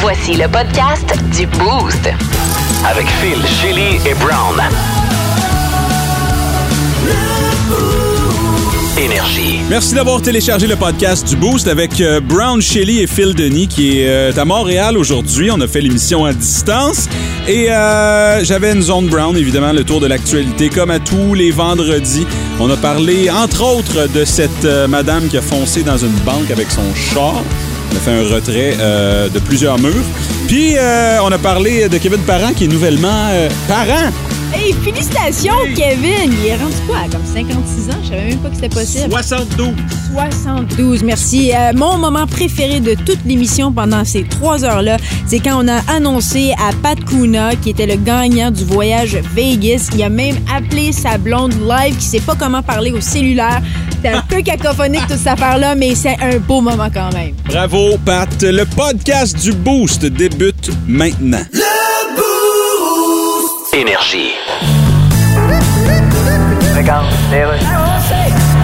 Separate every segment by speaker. Speaker 1: Voici le podcast du Boost.
Speaker 2: Avec Phil, Chili et Brown. Énergie.
Speaker 3: Merci d'avoir téléchargé le podcast du Boost avec euh, Brown Shelley et Phil Denis qui est euh, à Montréal aujourd'hui. On a fait l'émission à distance et euh, j'avais une zone Brown, évidemment, le tour de l'actualité comme à tous les vendredis. On a parlé, entre autres, de cette euh, madame qui a foncé dans une banque avec son char. On a fait un retrait euh, de plusieurs murs. Puis, euh, on a parlé de Kevin Parent qui est nouvellement euh, parent.
Speaker 4: Hey, félicitations, Kevin! Il est rendu quoi? à Comme 56 ans? Je savais même pas que c'était possible.
Speaker 3: 72.
Speaker 4: 72, merci. Euh, mon moment préféré de toute l'émission pendant ces trois heures-là, c'est quand on a annoncé à Pat Kuna, qui était le gagnant du voyage Vegas, il a même appelé sa blonde live, qui sait pas comment parler au cellulaire. C'est un peu cacophonique toute cette affaire-là, mais c'est un beau moment quand même.
Speaker 3: Bravo, Pat. Le podcast du Boost débute maintenant.
Speaker 2: Énergie.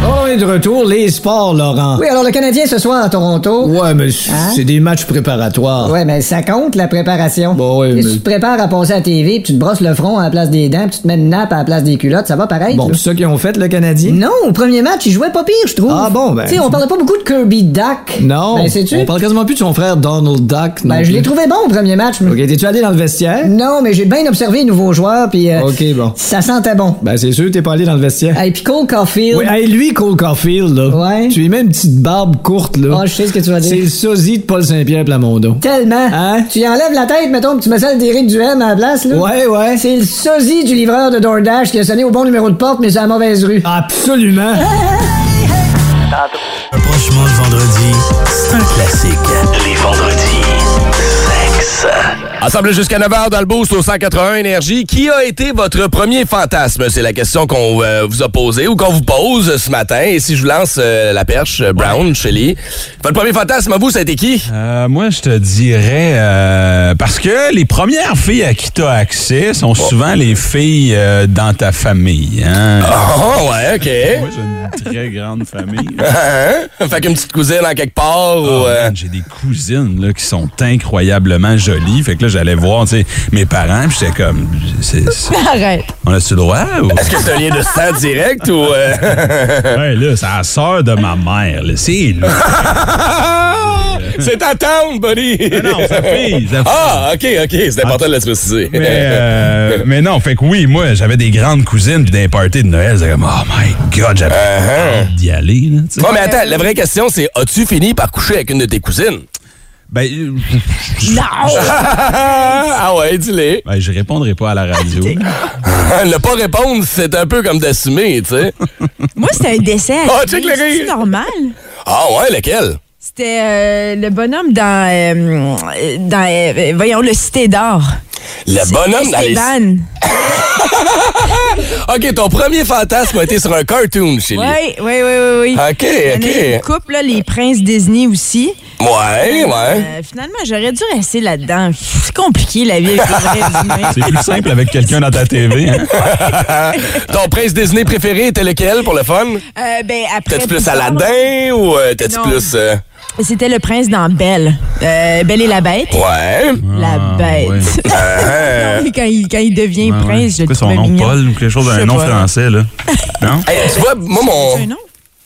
Speaker 5: Oh, on est de retour, les sports, Laurent.
Speaker 6: Oui, alors le Canadien ce soir à Toronto.
Speaker 5: Ouais, mais c-
Speaker 6: Hein?
Speaker 5: c'est des matchs préparatoires.
Speaker 6: Ouais, mais ça compte la préparation.
Speaker 5: Bon, ouais,
Speaker 6: Et
Speaker 5: mais-
Speaker 6: Tu te prépares à passer à la TV, puis tu te brosses le front à la place des dents, puis tu te mets une nappe à la place des culottes, ça va pareil.
Speaker 5: Bon,
Speaker 6: là.
Speaker 5: c'est ça qu'ils ont fait, le Canadien?
Speaker 6: Non, au premier match, il jouait pas pire, je trouve.
Speaker 5: Ah bon, ben-
Speaker 6: Tu sais, on parlait pas beaucoup de Kirby Duck.
Speaker 5: Non.
Speaker 6: Ben, sais-tu?
Speaker 5: On parle quasiment plus de son frère Donald Duck. non
Speaker 6: Ben, je l'ai
Speaker 5: plus.
Speaker 6: trouvé bon au premier match. mais-
Speaker 5: OK, t'es-tu allé dans le vestiaire?
Speaker 6: Non, mais j'ai bien observé les nouveaux joueurs, puis. euh,
Speaker 5: OK, bon.
Speaker 6: Ça sentait bon.
Speaker 5: Ben, c'est sûr, t'es pas allé dans le vestiaire.
Speaker 6: Hey, puis Cole Caulfield.
Speaker 5: Oui, hey, lui, Cole Caulfield, là.
Speaker 6: Ouais.
Speaker 5: Tu lui mets une petite barbe courte, là.
Speaker 6: Ah, je sais ce que tu vas dire.
Speaker 5: C'est le sosie de Paul Saint-Pierre Plamondon.
Speaker 6: Tellement.
Speaker 5: Hein?
Speaker 6: Tu y enlèves la tête, mettons, puis tu mets celle d'Éric Duhem à la place, là.
Speaker 5: Ouais, ouais.
Speaker 6: C'est le sosie du livreur de DoorDash qui a sonné au bon numéro de porte, mais c'est à la mauvaise rue.
Speaker 5: Ah, Absolument.
Speaker 6: Ah!
Speaker 7: Franchement, le vendredi, c'est un classique.
Speaker 2: Les vendredis. Sexe.
Speaker 8: Ensemble jusqu'à 9h dans le boost au 181 Énergie. Qui a été votre premier fantasme? C'est la question qu'on euh, vous a posée ou qu'on vous pose ce matin. Et si je vous lance euh, la perche, euh, Brown, Shelley, votre premier fantasme à vous, ça a été qui?
Speaker 3: Euh, moi, je te dirais euh, parce que les premières filles à qui tu as accès sont souvent les filles euh, dans ta famille. hein.
Speaker 8: Oh, ouais, OK.
Speaker 3: Moi, j'ai une très grande famille.
Speaker 8: Hein? fait qu'une petite cousine en quelque part
Speaker 3: Oh,
Speaker 8: ou... euh,
Speaker 3: man, J'ai des cousines là, qui sont incroyablement jolies. Fait que là, j'allais voir tu sais, mes parents, puis j'étais comme. c'est- c'est-
Speaker 4: Arrête!
Speaker 3: on a-tu le droit? ou-
Speaker 8: Est-ce que c'est un lien de sang direct ou... euh,
Speaker 3: Ouais, là, c'est la sœur de ma mère. là. C'est là.
Speaker 8: c'est ta tante, buddy!
Speaker 3: non, sa fille, sa fille.
Speaker 8: Ah, OK, OK. C'est important de le préciser.
Speaker 3: Mais, euh, mais non, fait que oui, moi, j'avais des grandes cousines, puis d'un party de Noël, c'était comme, oh my god, j'avais
Speaker 4: Uh-huh.
Speaker 3: hâte d'y aller, là, tu sais.
Speaker 8: Bon, mais attends, la vraie question, c'est as-tu fini par coucher avec une de tes cousines?
Speaker 3: Ben, euh,
Speaker 8: ah ouais, dis-le.
Speaker 3: ben, je répondrai pas à la radio.
Speaker 8: Ne pas répondre, c'est un peu comme d'assumer, tu sais.
Speaker 4: Moi, c'était un décès.
Speaker 8: Ah, check le rire.
Speaker 4: C'est normal.
Speaker 8: Ah ouais, lequel?
Speaker 4: C'était euh, le bonhomme dans. euh, euh, dans euh, voyons, le Cité d'Or.
Speaker 8: Le bonhomme dans les...
Speaker 4: Esteban.
Speaker 8: OK, ton premier fantasme a été sur un cartoon, chez lui.
Speaker 4: Oui, oui, oui, oui. oui.
Speaker 8: OK,
Speaker 4: Il y en a une
Speaker 8: OK.
Speaker 4: couple, là, les princes Disney aussi.
Speaker 8: Ouais, ouais.
Speaker 4: Euh, finalement, j'aurais dû rester là-dedans. C'est compliqué, la vie avec les vrais humains.
Speaker 3: C'est plus simple avec quelqu'un dans ta TV. hein.
Speaker 8: Ton prince Disney préféré était lequel pour le fun?
Speaker 4: Euh, ben, après.
Speaker 8: T'as-tu plus
Speaker 4: Pixar,
Speaker 8: Aladdin ou euh, t'as-tu
Speaker 4: Non.
Speaker 8: plus. euh,
Speaker 4: C'était le prince dans Belle. Euh, Belle et la bête.
Speaker 8: Ouais.
Speaker 4: La bête.
Speaker 8: Ah.
Speaker 4: Non, mais quand, il, quand il devient
Speaker 3: Ouais, ouais.
Speaker 4: prince, je
Speaker 3: C'est
Speaker 4: le
Speaker 3: quoi son
Speaker 4: trouvais
Speaker 3: nom,
Speaker 4: mignon.
Speaker 3: Paul, ou quelque chose,
Speaker 4: Je
Speaker 3: un
Speaker 4: sais
Speaker 3: nom
Speaker 4: pas.
Speaker 3: français, là? Non?
Speaker 8: Hey, tu vois, moi, mon.
Speaker 4: C'est un nom?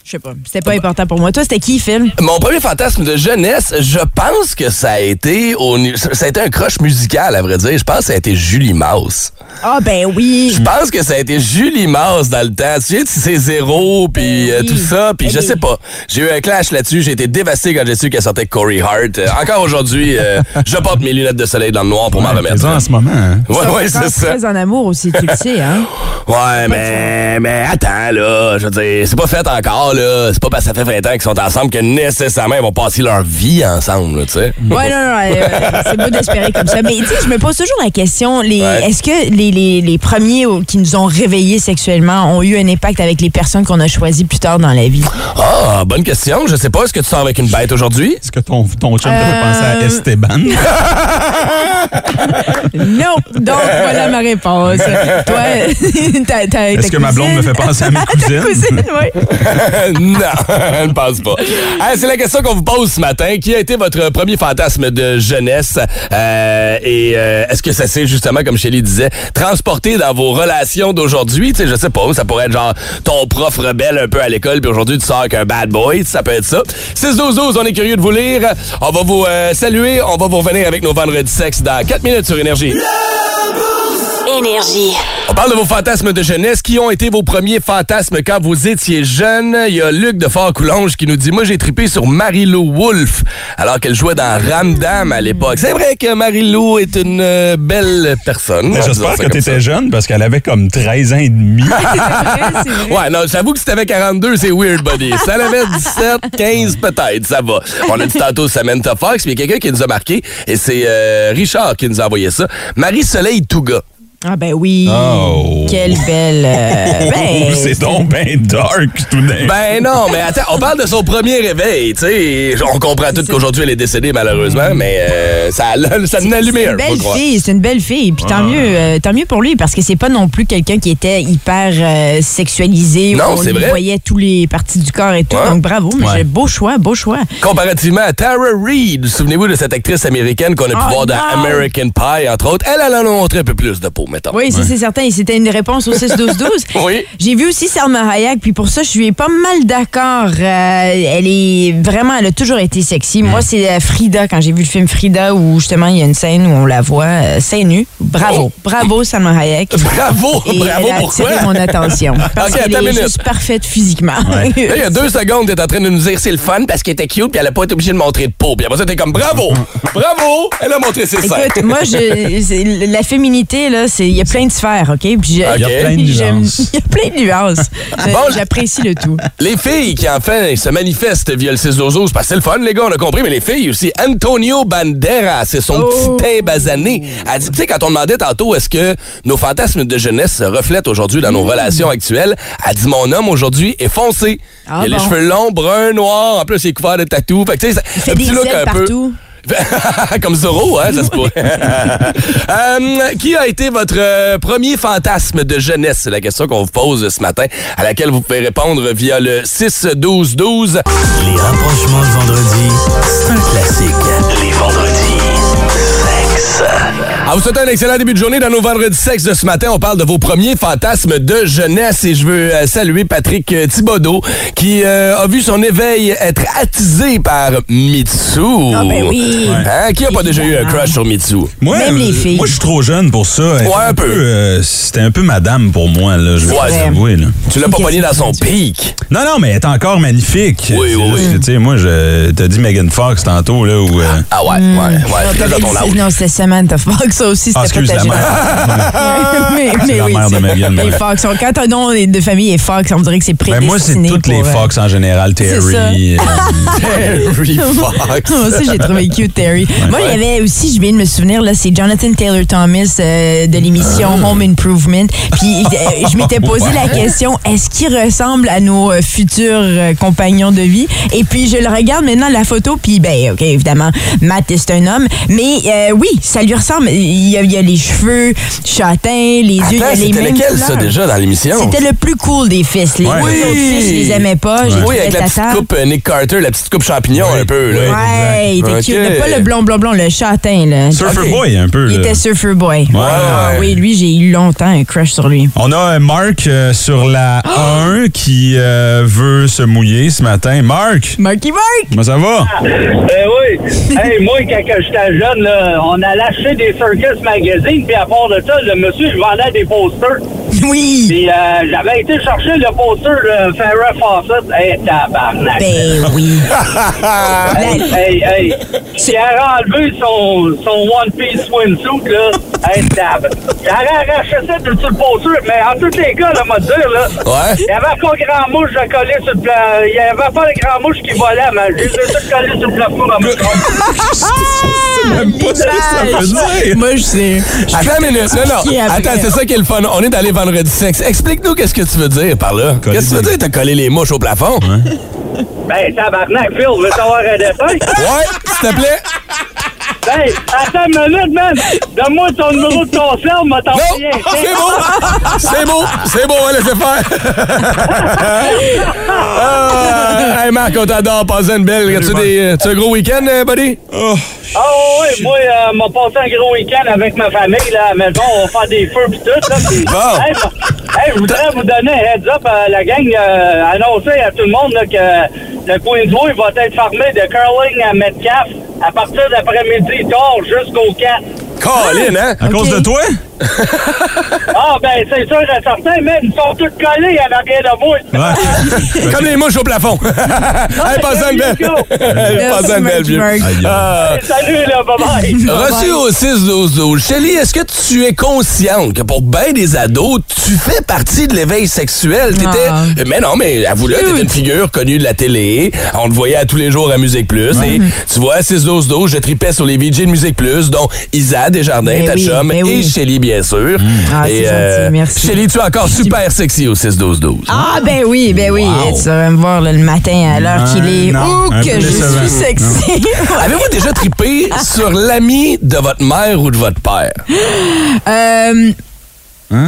Speaker 4: Je sais pas. C'était pas important pour moi. Toi, c'était qui, Phil?
Speaker 8: Mon premier fantasme de jeunesse, je pense que ça a été au nu- ça a été un crush musical à vrai dire. Je pense que ça a été Julie Mouse.
Speaker 4: Ah, ben oui.
Speaker 8: Je pense que ça a été Julie Mouse dans le temps. Tu sais, c'est zéro puis euh, tout ça, puis je sais pas. J'ai eu un clash là-dessus, j'ai été dévasté quand j'ai su qu'elle sortait Corey Hart. Euh, encore aujourd'hui, euh, je porte mes lunettes de soleil dans le noir pour m'en
Speaker 3: Ouais,
Speaker 8: remettre.
Speaker 3: fais-en en ce moment. hein.
Speaker 8: Ouais, ouais,
Speaker 4: Encore
Speaker 8: c'est ça.
Speaker 4: très en amour aussi, tu le sais, hein?
Speaker 8: Ouais, mais, mais attends, là. Je veux dire, c'est pas fait encore, là. C'est pas parce que ça fait 20 ans qu'ils sont ensemble que nécessairement ils vont passer leur vie ensemble, là, tu sais.
Speaker 4: Ouais, non, non, euh, c'est beau d'espérer comme ça. Mais tu sais, je me pose toujours la question, les,
Speaker 8: Ouais.
Speaker 4: est-ce que les, les, les premiers au- qui nous ont réveillés sexuellement ont eu un impact avec les personnes qu'on a choisies plus tard dans la vie?
Speaker 8: Ah, bonne question. Je sais pas, est-ce que tu sors avec une bête aujourd'hui?
Speaker 4: Euh,
Speaker 3: Est-ce que ton, ton chum te fait penser à Esteban?
Speaker 4: Non. Donc, voilà ma réponse. Toi, t'as, t'as,
Speaker 3: Est-ce que ma blonde me fait penser à mes
Speaker 4: Ta
Speaker 3: cousines?
Speaker 4: cousine, oui.
Speaker 8: non, je ne pense pas. Ah, c'est la question qu'on vous pose ce matin. Qui a été votre premier fantasme de jeunesse? Euh, et euh, est-ce que ça s'est justement, comme Shelly disait, transporté dans vos relations d'aujourd'hui? Tu sais, je sais pas, ça pourrait être genre ton prof rebelle un peu à l'école, puis aujourd'hui tu sors avec un bad boy, ça peut être ça. 6 12 12 on est curieux de vous lire. On va vous euh, saluer, on va vous revenir avec nos vendredis sexes dans 4 minutes sur Énergie.
Speaker 9: Énergie.
Speaker 8: On parle de vos fantasmes de jeunesse. Qui ont été vos premiers fantasmes quand vous étiez jeune? Il y a Luc de Fort-Coulonge qui nous dit « Moi, j'ai tripé sur Marie-Lou Wolfe alors qu'elle jouait dans Ramdam à l'époque. » C'est vrai que Marie-Lou est une euh, belle personne.
Speaker 3: Mais
Speaker 8: On
Speaker 3: Ben,
Speaker 8: va
Speaker 3: J'espère
Speaker 8: dire ça
Speaker 3: que
Speaker 8: comme
Speaker 3: t'étais jeune parce qu'elle avait comme 13 ans et demi.
Speaker 4: Ouais, c'est
Speaker 8: ça.
Speaker 4: vrai.
Speaker 8: Ouais, non, j'avoue que si t'avais 42, c'est weird, buddy. Si elle avait 17, 15 peut-être, ça va. On a dit tantôt Samantha Fox, mais il y a quelqu'un qui nous a marqué, et c'est euh, Richard qui nous a envoyé ça. Marie-Soleil Touga.
Speaker 4: Ah ben oui.
Speaker 3: Oh.
Speaker 4: Quelle belle... euh, ben,
Speaker 3: c'est donc ben dark tout d'un coup.
Speaker 8: Ben non, mais attends, on parle de son premier réveil, tu sais. On comprend tout qu'aujourd'hui, elle est décédée, malheureusement, mais euh, ça l'a- ça en a allumé
Speaker 4: C'est
Speaker 8: un,
Speaker 4: une
Speaker 8: faut
Speaker 4: belle
Speaker 8: croire. Ah.
Speaker 4: fille, c'est une belle fille. Puis tant mieux, euh, tant mieux pour lui parce que c'est pas non plus quelqu'un qui était hyper euh, sexualisé. où
Speaker 8: Non,
Speaker 4: on
Speaker 8: c'est
Speaker 4: lui
Speaker 8: vrai.
Speaker 4: voyait tous les parties du corps et tout.
Speaker 8: Ouais.
Speaker 4: Donc bravo, mais j'ai beau choix, beau choix.
Speaker 8: Comparativement à Tara Reid, souvenez-vous de cette actrice américaine qu'on a pu
Speaker 4: Oh
Speaker 8: voir dans
Speaker 4: non!
Speaker 8: American Pie, entre autres. Elle, elle en a montré un peu plus de peau, mettons.
Speaker 4: Oui, ça, c'est certain. Et C'était une réponse au 6-12-12.
Speaker 8: Oui.
Speaker 4: J'ai vu aussi Salma Hayek, puis pour ça, je suis pas mal d'accord. Euh, elle est vraiment, elle a toujours été sexy. Moi, c'est euh, Frida, quand j'ai vu le film Frida, où justement, il y a une scène où on la voit euh, seins nus. Bravo. Bravo, Salma Hayek.
Speaker 8: Oh. Bravo,
Speaker 4: Et
Speaker 8: bravo,
Speaker 4: elle a
Speaker 8: pourquoi?
Speaker 4: attiré mon attention. Parce
Speaker 8: Ok,
Speaker 4: qu'elle
Speaker 8: attends
Speaker 4: est
Speaker 8: une minute.
Speaker 4: juste parfaite physiquement.
Speaker 8: Là, il y a deux secondes, t'es en train de nous dire c'est le fun parce qu'elle était cute puis elle a pas été obligée de montrer de peau. Puis après ça, t'es comme bravo! Bravo! Elle a montré ses seins.
Speaker 4: Écoute, moi, je, c'est- la féminité, là, c'est- il y a plein de sphères, OK? Puis je-
Speaker 8: Ok. Il y a
Speaker 3: plein de
Speaker 4: j'aime-
Speaker 3: nuances.
Speaker 4: Il y a plein de nuances. Je-
Speaker 8: Bon,
Speaker 4: J'apprécie le tout.
Speaker 8: Les filles qui enfin se manifestent via le 6 12 parce que c'est le fun, les gars, on a compris, mais les filles aussi. Antonio Banderas, c'est son
Speaker 4: Oh.
Speaker 8: petit teint basané. Elle dit, tu sais, quand on demandait tantôt est-ce que nos fantasmes de jeunesse se reflètent aujourd'hui dans nos
Speaker 4: Mm.
Speaker 8: relations actuelles, elle dit, mon homme aujourd'hui est foncé.
Speaker 4: Ah
Speaker 8: il a
Speaker 4: bon.
Speaker 8: les cheveux longs, bruns, noirs, en plus il est couvert de tatous. Fait que, tu sais,
Speaker 4: Il
Speaker 8: un
Speaker 4: fait des
Speaker 8: petit look
Speaker 4: ailes
Speaker 8: un peu. Ah,
Speaker 4: partout.
Speaker 8: Comme Zorro, hein, ça se pourrait. Euh, qui a été votre euh, premier fantasme de jeunesse? C'est la question qu'on vous pose ce matin, à laquelle vous pouvez répondre via le 6-12-12.
Speaker 10: Les rapprochements le vendredi, c'est un classique.
Speaker 11: Les vendredis, sexe.
Speaker 8: En vous souhaitant un excellent début de journée dans nos vendredis sexes de ce matin, on parle de vos premiers fantasmes de jeunesse et je veux euh, saluer Patrick euh, Thibodeau qui euh, a vu son éveil être attisé par Mitsu.
Speaker 4: Ah ben oui.
Speaker 8: Hein? Qui a pas déjà eu un
Speaker 4: Évidemment.
Speaker 8: crush sur Mitsu?
Speaker 3: Moi,
Speaker 4: Même les
Speaker 3: euh,
Speaker 4: filles.
Speaker 3: moi, je suis trop jeune pour ça. Elle était
Speaker 8: un peu.
Speaker 3: euh, C'était un peu madame pour moi, là. Je vais
Speaker 8: Ouais,
Speaker 3: vous
Speaker 8: c'est-
Speaker 3: avouer, là.
Speaker 8: Tu l'as pas
Speaker 4: Qu'est-ce
Speaker 8: pogné dans
Speaker 4: que
Speaker 8: son
Speaker 4: tu veux
Speaker 8: pic.
Speaker 3: Non, non, mais elle est encore magnifique.
Speaker 8: Oui,
Speaker 3: C'est
Speaker 8: oui,
Speaker 3: juste que, Tu sais, moi, je t'as dit Megan Fox tantôt, là, où... euh,
Speaker 8: Ah ouais, ouais,
Speaker 4: Hmm.
Speaker 8: ouais. Là, dans ton âge.
Speaker 4: Non, c'était Samantha Fox, ça aussi,
Speaker 3: Ah,
Speaker 4: c'était
Speaker 3: excuse la
Speaker 4: pas ta
Speaker 3: mère.
Speaker 4: mais,
Speaker 3: C'est la mère de
Speaker 4: c'est-
Speaker 3: Meghan,
Speaker 4: les
Speaker 3: ouais.
Speaker 4: Fox. on- Quand un nom de famille est Fox, on dirait que c'est
Speaker 3: Ben,
Speaker 4: prédestiné
Speaker 3: moi, c'est toutes les
Speaker 4: pour, euh,
Speaker 3: Fox en général, Terry. euh,
Speaker 8: Terry Fox.
Speaker 4: Moi aussi, j'ai trouvé cute, Terry. Moi, il y avait aussi, je viens de me souvenir, là, c'est Jonathan Taylor Thomas euh, de l'émission
Speaker 8: Ah.
Speaker 4: Home Improvement. Puis, euh, je m'étais posé la question, est-ce qu'il ressemble à nos euh, futurs euh, compagnons de vie? Et puis, je le regarde maintenant, la photo, puis, ben, OK, évidemment, Matt est un homme. Mais euh, oui, ça lui ressemble. Il y a, il y a les cheveux châtains, les yeux, il y a
Speaker 8: Attends,
Speaker 4: les
Speaker 8: c'était
Speaker 4: mêmes
Speaker 8: lequel, ça,
Speaker 4: couleurs.
Speaker 8: déjà, dans l'émission?
Speaker 4: C'était le plus cool des fils. Les
Speaker 3: Ouais.
Speaker 4: deux autres fils, je les aimais pas. J'ai
Speaker 8: Oui,
Speaker 4: trouvé
Speaker 8: avec la
Speaker 4: ça
Speaker 8: petite
Speaker 4: table.
Speaker 8: coupe euh, Nick Carter, la petite coupe champignon, un peu. là.
Speaker 4: Ouais, il était
Speaker 8: Ok.
Speaker 4: cute. Le- Pas le blond, blond, blond, le châtain, là.
Speaker 3: Surfer
Speaker 8: Ok.
Speaker 3: Boy, un peu.
Speaker 4: Il
Speaker 3: là.
Speaker 4: était Surfer Boy.
Speaker 3: Ouais.
Speaker 4: Ah oui, lui, j'ai eu longtemps un crush sur lui.
Speaker 3: On a euh, Marc euh, sur la
Speaker 4: Ah!
Speaker 3: 1 qui euh, veut se mouiller ce matin. Marc,
Speaker 4: Marky Mark!
Speaker 3: comment ça va?
Speaker 4: Ah,
Speaker 12: Ben oui. Hey, moi, quand que j'étais jeune, là, on allait acheter des Circus Magazine, puis à part de ça, le monsieur, je vendais des posters.
Speaker 4: Oui!
Speaker 12: Puis euh, j'avais été chercher le poster de Farrah Fawcett. Hey, tabarnak.
Speaker 4: Ben oui.
Speaker 12: Hey,
Speaker 4: La-
Speaker 12: hey, hey. Si elle a enlevé son, son One Piece swimsuit, là, hey, tab. J'aurais arraché ça de sur le poster, mais en tous les cas, là, m'a dire, là,
Speaker 8: Ouais.
Speaker 12: il n'y avait pas grand mouche de coller sur le pla- Il n'y avait pas de grand mouche qui volait, mais j'ai tout collé sur le plafond dans mon
Speaker 3: Même pas ce que ça veut dire.
Speaker 4: Moi, je sais.
Speaker 8: Attends une minute. Non, non.
Speaker 4: Chier après.
Speaker 8: Attends, c'est ça qui est le fun. On est allé vendredi sexe. Explique-nous qu'est-ce que tu veux dire par là.
Speaker 3: Coller
Speaker 8: Qu'est-ce que tu veux
Speaker 3: des-
Speaker 8: dire? T'as collé les mouches au plafond? Ouais,
Speaker 12: Ben, tabarnak, Phil, veux savoir un détail?
Speaker 8: s'il te plaît.
Speaker 12: Hey, Ben, attends une minute, man! Donne-moi ton numéro de conserve, m'a t'envoyé un texte.
Speaker 8: Oh, C'est beau! C'est beau! C'est beau, hein, laissez faire! Ah, hey Marc, on t'adore, passez une belle. As-tu des- as-tu un gros week-end, euh, buddy?
Speaker 3: Oh,
Speaker 12: Ah oui, oui, moi, euh, m'a passé un gros week-end avec ma famille, là, à la maison, on va faire des feux pis tout, là. pis-
Speaker 8: Bon.
Speaker 12: Hey, bah, hey, je voudrais vous donner un heads-up à la gang, euh, annoncer à tout le monde, là, que le Queensway va être formé de curling à Metcalf à partir d'après-midi tard jusqu'au 4.
Speaker 8: Colin, hein?
Speaker 3: À cause de toi?
Speaker 12: Ah, ben, c'est sûr et certain, mais ils sont tous collés à l'arrière de moi.
Speaker 8: Ah. Comme les mouches au plafond. hey, passez une belle. Hey, passez une belle, vieux.
Speaker 4: Merci, Marc.
Speaker 8: Ah.
Speaker 12: Salut, là, bye-bye.
Speaker 8: Reçu
Speaker 4: Ah,
Speaker 8: au 6-12-12. Shelly, est-ce que tu es consciente que pour bien des ados, tu fais partie de l'éveil sexuel? T'étais.
Speaker 4: Ah.
Speaker 8: Mais non, mais avoue-le, t'étais une figure connue de la télé. On te voyait à tous les jours à Musique Plus. Et tu vois, 6-12-12, je tripais sur les VJ de Musique Plus, dont Isa Desjardins,
Speaker 4: Mais
Speaker 8: ta
Speaker 4: oui,
Speaker 8: chum,
Speaker 4: mais
Speaker 8: et
Speaker 4: oui.
Speaker 8: Shelly, bien sûr.
Speaker 4: Ah, c'est
Speaker 8: Et, euh,
Speaker 4: gentil, merci.
Speaker 8: Shelly, tu es encore super sexy au 6-12-12.
Speaker 4: Ah ben oui, ben oui.
Speaker 8: Wow.
Speaker 4: Tu vas me voir là, le matin à l'heure qu'il est.
Speaker 3: Non,
Speaker 4: Ouh,
Speaker 3: un
Speaker 4: que
Speaker 3: peu
Speaker 4: je
Speaker 3: décevant.
Speaker 4: suis sexy.
Speaker 8: Avez-vous déjà tripé sur l'ami de votre mère ou de votre père?
Speaker 4: Euh,
Speaker 8: Ah.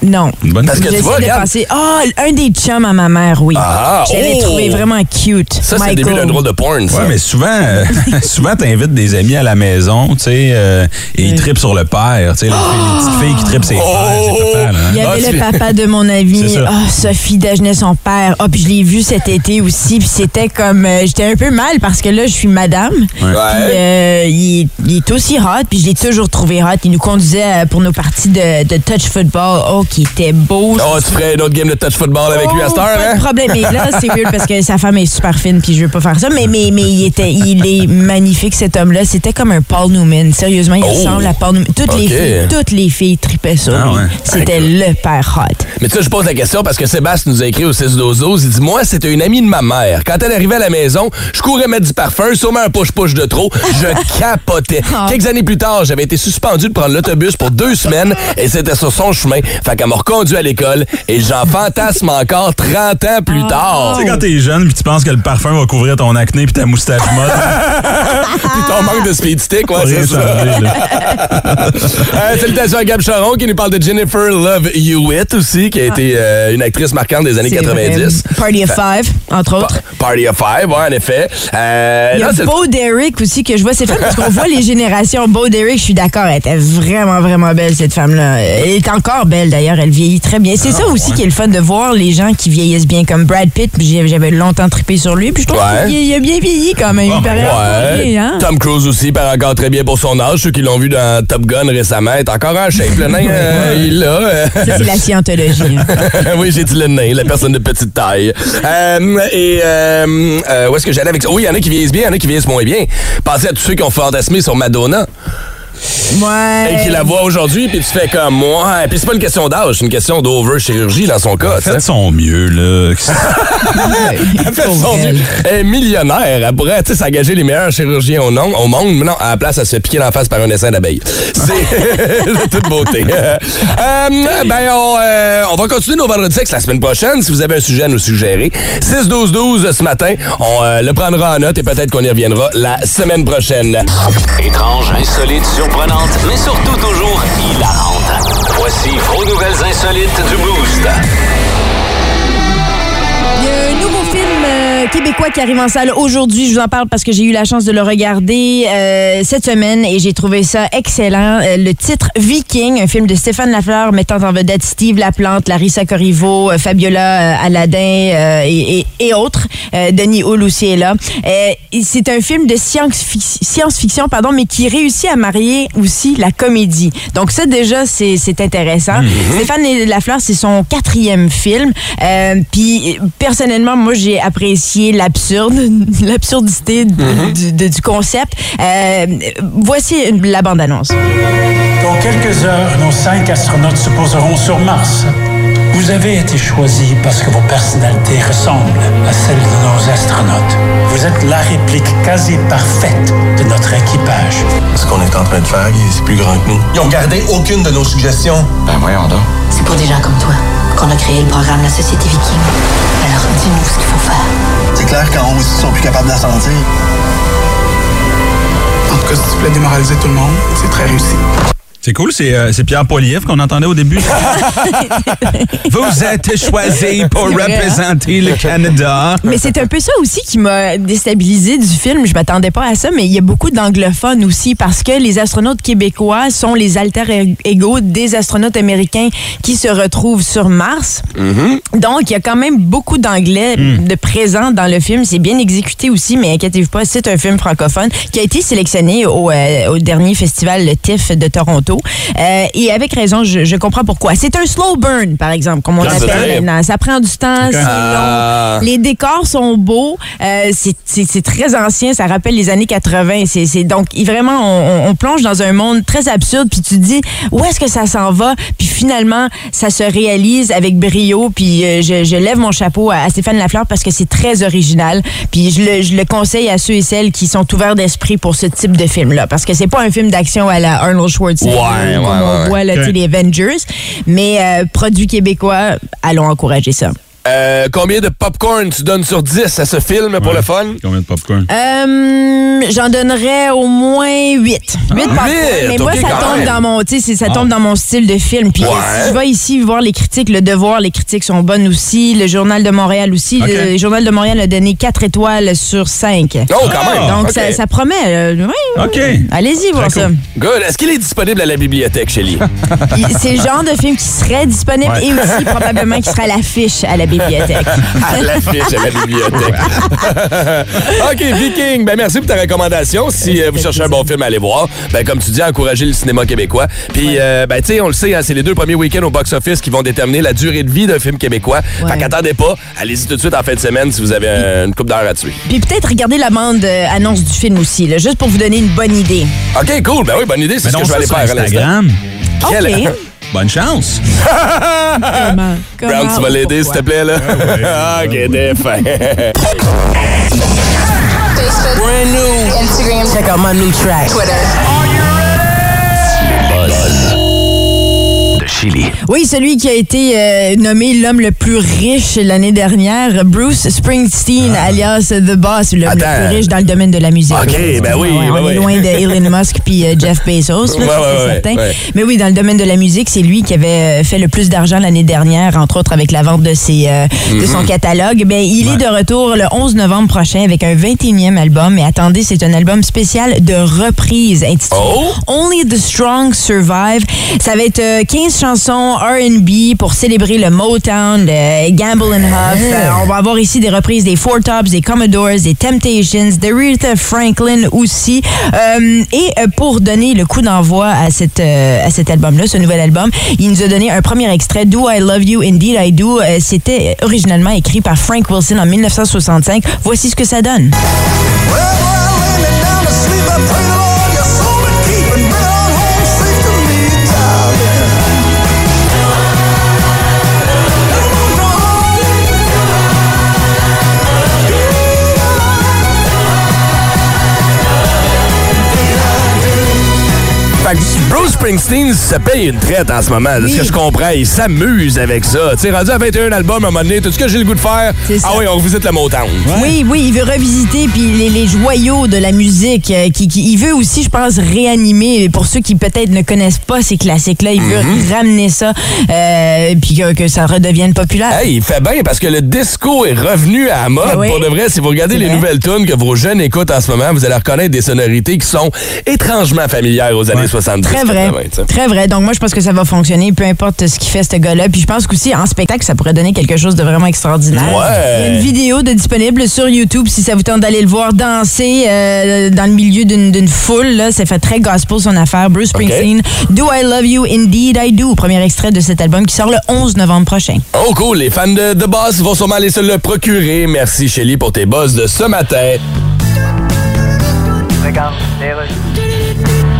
Speaker 4: Non.
Speaker 3: Bonne
Speaker 8: Parce que tu
Speaker 4: J'essaie
Speaker 8: vois,
Speaker 4: de
Speaker 8: regarde.
Speaker 4: penser. Ah, un des chums à ma mère, oui.
Speaker 8: Ah,
Speaker 4: Je l'avais
Speaker 8: oh!
Speaker 4: trouvé vraiment cute.
Speaker 8: Ça, c'est le
Speaker 4: Michael.
Speaker 8: début d'un drôle de porn, ça.
Speaker 3: Ouais, mais souvent, euh, souvent t'invites des amis à la maison, tu sais, euh, et ils tripent sur le père, tu sais, les, filles- les petites filles qui tripent ses pères,
Speaker 8: Oh!
Speaker 3: c'est papa, là. hein.
Speaker 4: Il y
Speaker 8: Ah,
Speaker 4: avait
Speaker 8: tu-
Speaker 4: le papa de mon
Speaker 3: C'est
Speaker 4: ami,
Speaker 3: ça.
Speaker 4: Ah, Sophie Dagenet, son père. Ah, puis je l'ai vu cet été aussi, puis c'était comme... euh, J'étais un peu mal parce que là, je suis madame. Puis euh, il, il est aussi hot, puis je l'ai toujours trouvé hot. Il nous conduisait euh, pour nos parties de, de touch football. Oh, qui était beau.
Speaker 8: Oh, tu ferais une autre game de touch football avec lui à cette
Speaker 4: Oh,
Speaker 8: heure,
Speaker 4: pas de
Speaker 8: hein?
Speaker 4: problème. Mais là, c'est weird parce que sa femme est super fine, puis je veux pas faire ça. Mais, mais, mais il, était, il est magnifique, cet homme-là. C'était comme un Paul Newman. Sérieusement, il
Speaker 8: Oh.
Speaker 4: ressemble à Paul Newman. Toutes, les
Speaker 8: Ok.
Speaker 4: filles, toutes les filles tripaient sur
Speaker 3: Ah
Speaker 4: lui.
Speaker 3: ouais.
Speaker 4: C'était le père hot.
Speaker 8: Mais tu sais, je pose la question parce que Sébastien nous a écrit au 6 12 Il dit Moi, c'était une amie de ma mère. Quand elle arrivait à la maison, je courais mettre du parfum, sûrement un push-push de trop. Je capotais. Quelques années plus tard, j'avais été suspendu de prendre l'autobus pour deux semaines et c'était sur son chemin. Fait qu'elle m'a reconduit à l'école et j'en fantasme encore 30 ans plus tard.
Speaker 3: Tu sais, quand t'es jeune puis tu penses que le parfum va couvrir ton acné puis ta moustache molle,
Speaker 8: Puis ton manque de speed stick, ouais,
Speaker 3: t'as
Speaker 8: c'est
Speaker 3: rien
Speaker 8: ça.
Speaker 3: changé, là.
Speaker 8: Euh, salutations à Gab Charon qui nous parle de Jennifer Love Hewitt aussi, qui a été euh, une actrice marquante des années
Speaker 4: C'est
Speaker 8: 90.
Speaker 4: vrai. Party of Five, entre
Speaker 8: Pa-
Speaker 4: autres.
Speaker 8: Party of Five, ouais, en effet. Euh,
Speaker 4: Il y a
Speaker 8: non, c'est-
Speaker 4: Beau Derrick aussi que je vois. C'est fun parce qu'on voit les générations. Beau Derrick, je suis d'accord, elle était vraiment, vraiment belle, cette femme-là. Elle est encore belle d'ailleurs, elle vieillit très bien.
Speaker 8: Ah,
Speaker 4: C'est ça aussi qui est le fun de voir les gens qui vieillissent bien, comme Brad Pitt. Puis j'ai- J'avais longtemps trippé sur lui, puis je trouve
Speaker 8: Ouais. Ah,
Speaker 4: qu'il il a bien vieilli quand même. il paraît encore
Speaker 8: Ouais.
Speaker 4: bien, hein?
Speaker 8: Tom Cruise aussi part encore très bien pour son âge. Ceux qui l'ont vu dans Top Gun récemment, est encore en shape. Le nain, euh, il l'a. euh.
Speaker 4: Ça, c'est la scientologie. hein.
Speaker 8: oui, j'ai dit le nain, la personne de petite taille. Euh, et euh, euh, où est-ce que j'allais avec ça? Oui, il y en a qui vieillissent bien, il y en a qui vieillissent moins bien. Pensez à tous ceux qui ont fantasmé sur Madonna.
Speaker 4: Ouais.
Speaker 8: et qui la voit aujourd'hui, puis tu fais comme moi. Puis c'est pas une question d'âge, c'est une question d'over-chirurgie dans son cas. tu sais.
Speaker 3: Faites son mieux, là.
Speaker 8: Elle Ah, fait
Speaker 4: Pauvre
Speaker 8: son
Speaker 4: elle.
Speaker 8: mieux. Elle est millionnaire. Elle pourrait tu sais, s'engager les meilleurs chirurgiens au, nom- au monde, mais non, à la place, elle se fait piquer l'en face par un essaim d'abeille. C'est de toute beauté. Euh, ben, on, euh, on va continuer nos vendredis sexe la semaine prochaine si vous avez un sujet à nous suggérer. 6-12-12 ce matin, on euh, le prendra en note et peut-être qu'on y reviendra la semaine prochaine.
Speaker 2: Étrange, insolite, surprenante, mais surtout toujours hilarante. Voici vos nouvelles insolites du Boost.
Speaker 4: Il y a un nouveau film euh, québécois qui arrive en salle aujourd'hui. Je vous en parle parce que j'ai eu la chance de le regarder euh, cette semaine et j'ai trouvé ça excellent. Euh, le titre Viking, un film de Stéphane Lafleur mettant en vedette Steve Laplante, Larissa Corriveau, euh, Fabiola euh, Aladin euh, et, et- et autres. Euh, Denis Hull aussi est là. Euh, et c'est un film de science-fic- science-fiction, pardon, mais qui réussit à marier aussi la comédie. Donc ça déjà, c'est c'est intéressant. Stéphane Lafleur, c'est son quatrième film. Euh, Puis personnellement, moi, j'ai apprécié l'absurde, l'absurdité du- du, de- du concept. Euh, voici une- la bande-annonce.
Speaker 13: Dans quelques heures, nos cinq astronautes se poseront sur Mars. Vous avez été choisis parce que vos personnalités ressemblent à celles de nos astronautes. Vous êtes la réplique quasi parfaite de notre équipage.
Speaker 14: Ce qu'on est en train de faire, c'est plus grand que nous. Ils ont gardé aucune de nos suggestions. Ben voyons donc.
Speaker 6: C'est pour des gens comme toi qu'on a créé le programme La Société Viking. Alors dis-nous ce qu'il faut faire.
Speaker 14: C'est clair qu'en haut, ils sont plus capables de la sentir.
Speaker 15: que si tu voulais démoraliser tout le monde, c'est très réussi.
Speaker 3: C'est cool, c'est euh, c'est Pierre Poilievre qu'on entendait au début. Vous êtes choisi pour
Speaker 4: C'est vrai, hein?
Speaker 3: représenter le Canada.
Speaker 4: Mais c'est un peu ça aussi qui m'a déstabilisé du film. Je m'attendais pas à ça, mais il y a beaucoup d'anglophones aussi parce que les astronautes québécois sont les alter égaux des astronautes américains qui se retrouvent sur Mars. Donc, il y a quand même beaucoup d'anglais
Speaker 6: Mm.
Speaker 4: de présents dans le film. C'est bien exécuté aussi, mais inquiétez-vous pas, c'est un film francophone qui a été sélectionné au, euh, au dernier festival le TIFF de Toronto. Euh, et avec raison, je, je comprends pourquoi. C'est un slow burn, par exemple, comme on
Speaker 6: Ah, c'est vrai.
Speaker 4: l'appelle maintenant. Ça prend du temps,
Speaker 6: Ok.
Speaker 4: c'est long.
Speaker 6: Ah.
Speaker 4: Les décors sont beaux. Euh, c'est- c'est c'est très ancien. Ça rappelle les années 80. C'est c'est- donc, il- vraiment, on, on- on plonge dans un monde très absurde. Puis tu te dis, où est-ce que ça s'en va? Puis finalement, ça se réalise avec brio. Puis euh, je, je lève mon chapeau à, à Stéphane Lafleur parce que c'est très original. Puis je le, je le conseille à ceux et celles qui sont ouverts d'esprit pour ce type de film-là. Parce que c'est pas un film d'action à la Arnold Schwarzenegger
Speaker 8: Ouais,
Speaker 4: comme
Speaker 8: ouais,
Speaker 4: on
Speaker 8: ouais.
Speaker 4: voit là,
Speaker 8: Ok.
Speaker 4: tu sais, les Avengers. Mais euh, produit québécois, allons encourager ça.
Speaker 8: Euh, combien de popcorn tu donnes sur 10 à ce film pour le fun?
Speaker 3: Combien de popcorn?
Speaker 4: Euh, J'en donnerais au moins 8. 8
Speaker 8: Ah,
Speaker 4: par
Speaker 8: huit,
Speaker 4: Mais
Speaker 8: ok,
Speaker 4: moi, ça
Speaker 8: quand
Speaker 4: tombe
Speaker 8: même.
Speaker 4: dans mon, tu sais, c'est- ça
Speaker 8: Ah.
Speaker 4: tombe dans mon style de film. Puis
Speaker 8: Ouais.
Speaker 4: si je vais ici voir les critiques, le devoir, les critiques sont bonnes aussi. Le Journal de Montréal aussi.
Speaker 8: Ok.
Speaker 4: Le Journal de Montréal a donné 4 étoiles sur 5.
Speaker 8: Oh, quand même.
Speaker 4: Donc
Speaker 8: Ok.
Speaker 4: ça, ça promet. euh, oui,
Speaker 8: OK.
Speaker 4: Allez-y voir ça.
Speaker 8: Good. Est-ce qu'il est disponible à la bibliothèque, Shelly?
Speaker 4: Il- C'est le genre de film qui serait disponible
Speaker 8: Ouais.
Speaker 4: et aussi probablement qui serait à l'affiche à la bibliothèque.
Speaker 8: à l'affiche à la bibliothèque. OK, Viking, ben merci pour ta recommandation. Si euh, vous cherchez un bon film à aller voir, ben comme tu dis, encouragez le cinéma québécois. Puis, euh, ben tu sais, on le sait, hein, c'est les deux premiers week-ends au box-office qui vont déterminer la durée de vie d'un film québécois. Fait qu'attendez pas, allez-y tout de suite en fin de semaine si vous avez euh, une coupe d'heure à tuer.
Speaker 4: Puis peut-être regarder la bande euh, annonce du film aussi, là, juste pour vous donner une bonne idée.
Speaker 8: OK, cool. Ben oui, bonne idée, c'est ce que je vais aller faire à
Speaker 3: Instagram.
Speaker 4: Ok.
Speaker 8: Quelle-
Speaker 3: Bonne chance.
Speaker 4: Comment?
Speaker 8: Brown, tu vas l'aider, s'il te plaît, là? OK, défin.
Speaker 6: Facebook. Brand new. Instagram. Check out my new track. Twitter.
Speaker 2: De Chili.
Speaker 4: Oui, celui qui a été euh, nommé l'homme le plus riche l'année dernière, Bruce Springsteen,
Speaker 8: Ah.
Speaker 4: alias The Boss, l'homme le plus riche dans le domaine de la musique.
Speaker 8: OK, ben oui,
Speaker 4: Ouais,
Speaker 8: ben
Speaker 4: on
Speaker 8: oui.
Speaker 4: est loin de Elon Musk puis euh, Jeff Bezos, là,
Speaker 8: Ouais,
Speaker 4: ça, c'est
Speaker 8: ouais, ouais,
Speaker 4: certain.
Speaker 8: ouais.
Speaker 4: Mais oui, dans le domaine de la musique, c'est lui qui avait euh, fait le plus d'argent l'année dernière, entre autres avec la vente de, ses, euh, de son
Speaker 6: Mhm.
Speaker 4: catalogue. Ben, il est de retour le 11 novembre prochain avec un 21e album. Et attendez, c'est un album spécial de reprise intitulé
Speaker 8: Oh!
Speaker 4: Only the Strong Survive. Ça va être euh, 15 chansons R&B pour célébrer le Motown, le Gamble and Huff.
Speaker 6: Ouais.
Speaker 4: Euh, on va avoir ici des reprises des Four Tops, des Commodores, des Temptations, d'Aretha Franklin aussi. Euh, et euh, pour donner le coup d'envoi à, cette, euh, à cet album-là, ce nouvel album, il nous a donné un premier extrait, Do I Love You, Indeed I Do. Euh, C'était originalement écrit par Frank Wilson en 1965. Voici ce que ça donne.
Speaker 8: Fait que Bruce Springsteen se paye une traite en ce moment. De ce que je comprends, il s'amuse avec ça. Tu sais, rendu à 21 albums à un moment donné, tout ce que j'ai le goût de faire, ah oui, on visite le Motown.
Speaker 4: Oui, oui, il veut revisiter puis les, les joyaux de la musique. euh, qui, qui- il veut aussi, je pense, réanimer. Pour ceux qui peut-être ne connaissent pas ces classiques-là, il veut ramener ça euh, puis que, que ça redevienne populaire.
Speaker 8: Hey, il fait bien parce que le disco est revenu à la mode.
Speaker 4: Ben oui.
Speaker 8: Pour de vrai, si vous regardez
Speaker 4: C'est
Speaker 8: les
Speaker 4: vrai.
Speaker 8: nouvelles tunes que vos jeunes écoutent en ce moment, vous allez reconnaître des sonorités qui sont étrangement familières aux années 70.
Speaker 4: Très vrai.
Speaker 8: 80, tu sais.
Speaker 4: Très vrai. Donc, moi, je pense que ça va fonctionner, peu importe ce qu'il fait, ce gars-là. Puis, je pense qu'aussi, en spectacle, ça pourrait donner quelque chose de vraiment extraordinaire.
Speaker 8: Ouais.
Speaker 4: Il y a une vidéo de disponible sur YouTube si ça vous tente d'aller le voir danser euh, dans le milieu d'une d'une foule. Là. Ça fait très gospel son affaire. Bruce Springsteen, Do I Love You? Indeed I Do. Premier extrait de cet album qui sort le 11 novembre prochain.
Speaker 8: Oh cool, les fans de The Boss vont sûrement aller se le procurer. Merci Shelly pour tes buzz de ce matin.
Speaker 6: Regarde, les rues.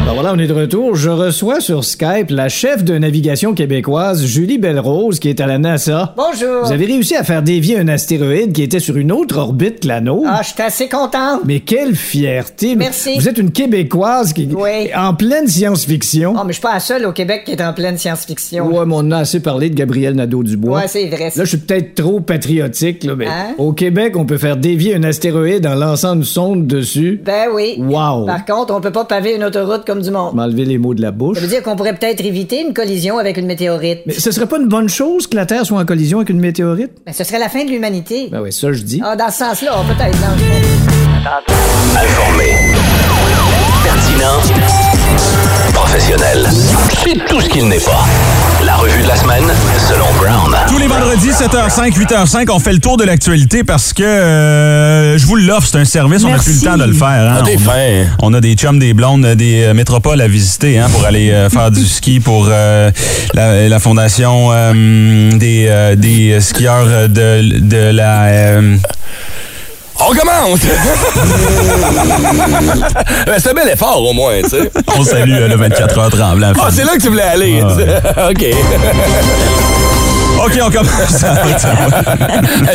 Speaker 5: Ben voilà, on est de retour. Je reçois sur Skype la chef de navigation québécoise, Julie Belrose, qui est à la NASA.
Speaker 16: Bonjour.
Speaker 5: Vous avez réussi à faire dévier un astéroïde qui était sur une autre orbite que la nôtre.
Speaker 16: Ah, je suis assez content.
Speaker 5: Mais quelle fierté.
Speaker 16: Merci.
Speaker 5: Vous êtes une Québécoise qui
Speaker 16: Oui.
Speaker 5: en pleine science-fiction.
Speaker 16: Oh, mais je suis pas la seule au Québec qui est en pleine science-fiction.
Speaker 5: Ouais, mais on a assez parlé de Gabriel Nadeau-Dubois.
Speaker 16: Oh, Ouais, c'est vrai, ça.
Speaker 5: Là, je suis peut-être trop patriotique, là, mais
Speaker 16: Hein?
Speaker 5: au Québec, on peut faire dévier un astéroïde en lançant une sonde dessus.
Speaker 16: Ben oui.
Speaker 5: Wow. Ben,
Speaker 16: Par contre, on peut pas paver une autoroute comme du monde.
Speaker 5: M'enlever les mots de la bouche.
Speaker 16: Ben. Ça veut dire qu'on pourrait peut-être éviter une collision avec une météorite.
Speaker 5: Mais ce serait pas une bonne chose que la Terre soit en collision avec une météorite?
Speaker 16: Mais Ben, ce serait la fin de l'humanité.
Speaker 5: Ben oui, ça je dis.
Speaker 16: Ah, dans ce sens-là, peut-être. dans le fond.
Speaker 2: Informé. Pertinent. Professionnel. C'est tout ce qu'il n'est pas. La revue de la semaine, selon Brown.
Speaker 3: Tous les vendredis, 7h05, 8h05, on fait le tour de l'actualité parce que euh, je vous l'offre, c'est un service, on n'a plus
Speaker 2: Merci.
Speaker 3: le temps de le faire. hein.
Speaker 2: Ah, t'es
Speaker 3: on, a, on a des chums, des blondes, des euh, métropoles à visiter hein, pour aller euh, faire du ski pour euh, la, la fondation euh, des, euh, des skieurs euh, de, de la... euh,
Speaker 8: On commence! Ben, c'est un bel effort, au moins, tu sais.
Speaker 3: on salue euh, le 24h tremblant.
Speaker 8: Ah, c'est là que tu voulais aller.
Speaker 3: Ah,
Speaker 8: OK.
Speaker 3: OK, on commence.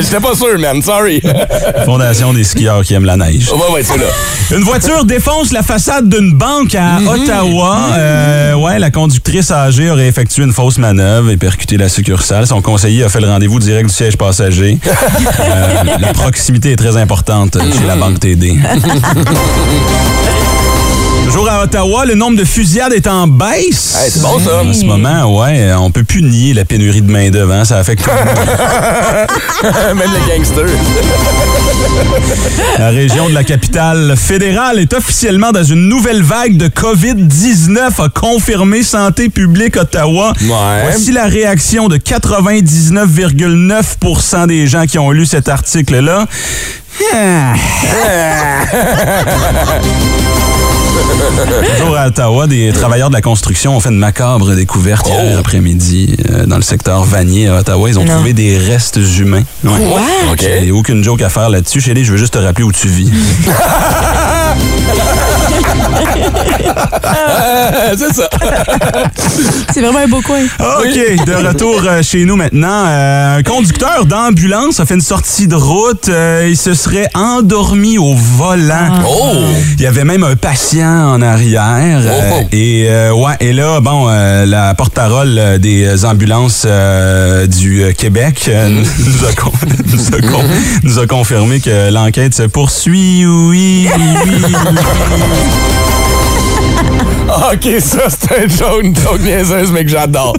Speaker 8: J'étais pas sûr, man. Sorry.
Speaker 3: Fondation des skieurs qui aiment la neige.
Speaker 8: Ouais, ouais, c'est là.
Speaker 3: Une voiture défonce la façade d'une banque à
Speaker 8: Mhm.
Speaker 3: Ottawa. Euh, ouais, la conductrice âgée aurait effectué une fausse manœuvre et percuté la succursale. Son conseiller a fait le rendez-vous direct du siège passager. Euh, la proximité est très importante chez la banque TD. Toujours à Ottawa, le nombre de fusillades est en baisse.
Speaker 8: Hey, c'est bon, ça.
Speaker 3: En ce moment, ouais, on peut plus nier la pénurie de main d'œuvre. hein. Ça affecte tout le monde.
Speaker 8: Même les gangsters.
Speaker 3: La région de la capitale fédérale est officiellement dans une nouvelle vague de COVID-19, a confirmé Santé publique Ottawa. Voici la réaction de 99,9 des gens qui ont lu cet article-là. Ah. Toujours à Ottawa, des travailleurs de la construction ont fait une macabre découverte hier après-midi euh, dans le secteur Vanier à Ottawa. Ils ont
Speaker 2: Non.
Speaker 3: trouvé des restes humains.
Speaker 2: What?
Speaker 3: OK. J'ai aucune joke à faire là-dessus. Chérie, je veux juste te rappeler où tu vis.
Speaker 8: c'est ça.
Speaker 4: C'est vraiment un beau coin.
Speaker 3: OK, de retour euh, chez nous maintenant. Euh, un conducteur d'ambulance a fait une sortie de route. Euh, il se serait endormi au volant. Euh,
Speaker 2: Oh!
Speaker 3: Il y avait même un patient en arrière. Euh, et, euh, ouais, et là, bon, euh, la porte-parole euh, des ambulances euh, du euh, Québec euh, nous, a con- nous a con- nous a confirmé que l'enquête se poursuit. Oui, oui,
Speaker 8: OK, ça, c'est un joke, une joke niaiseuse, mais que j'adore.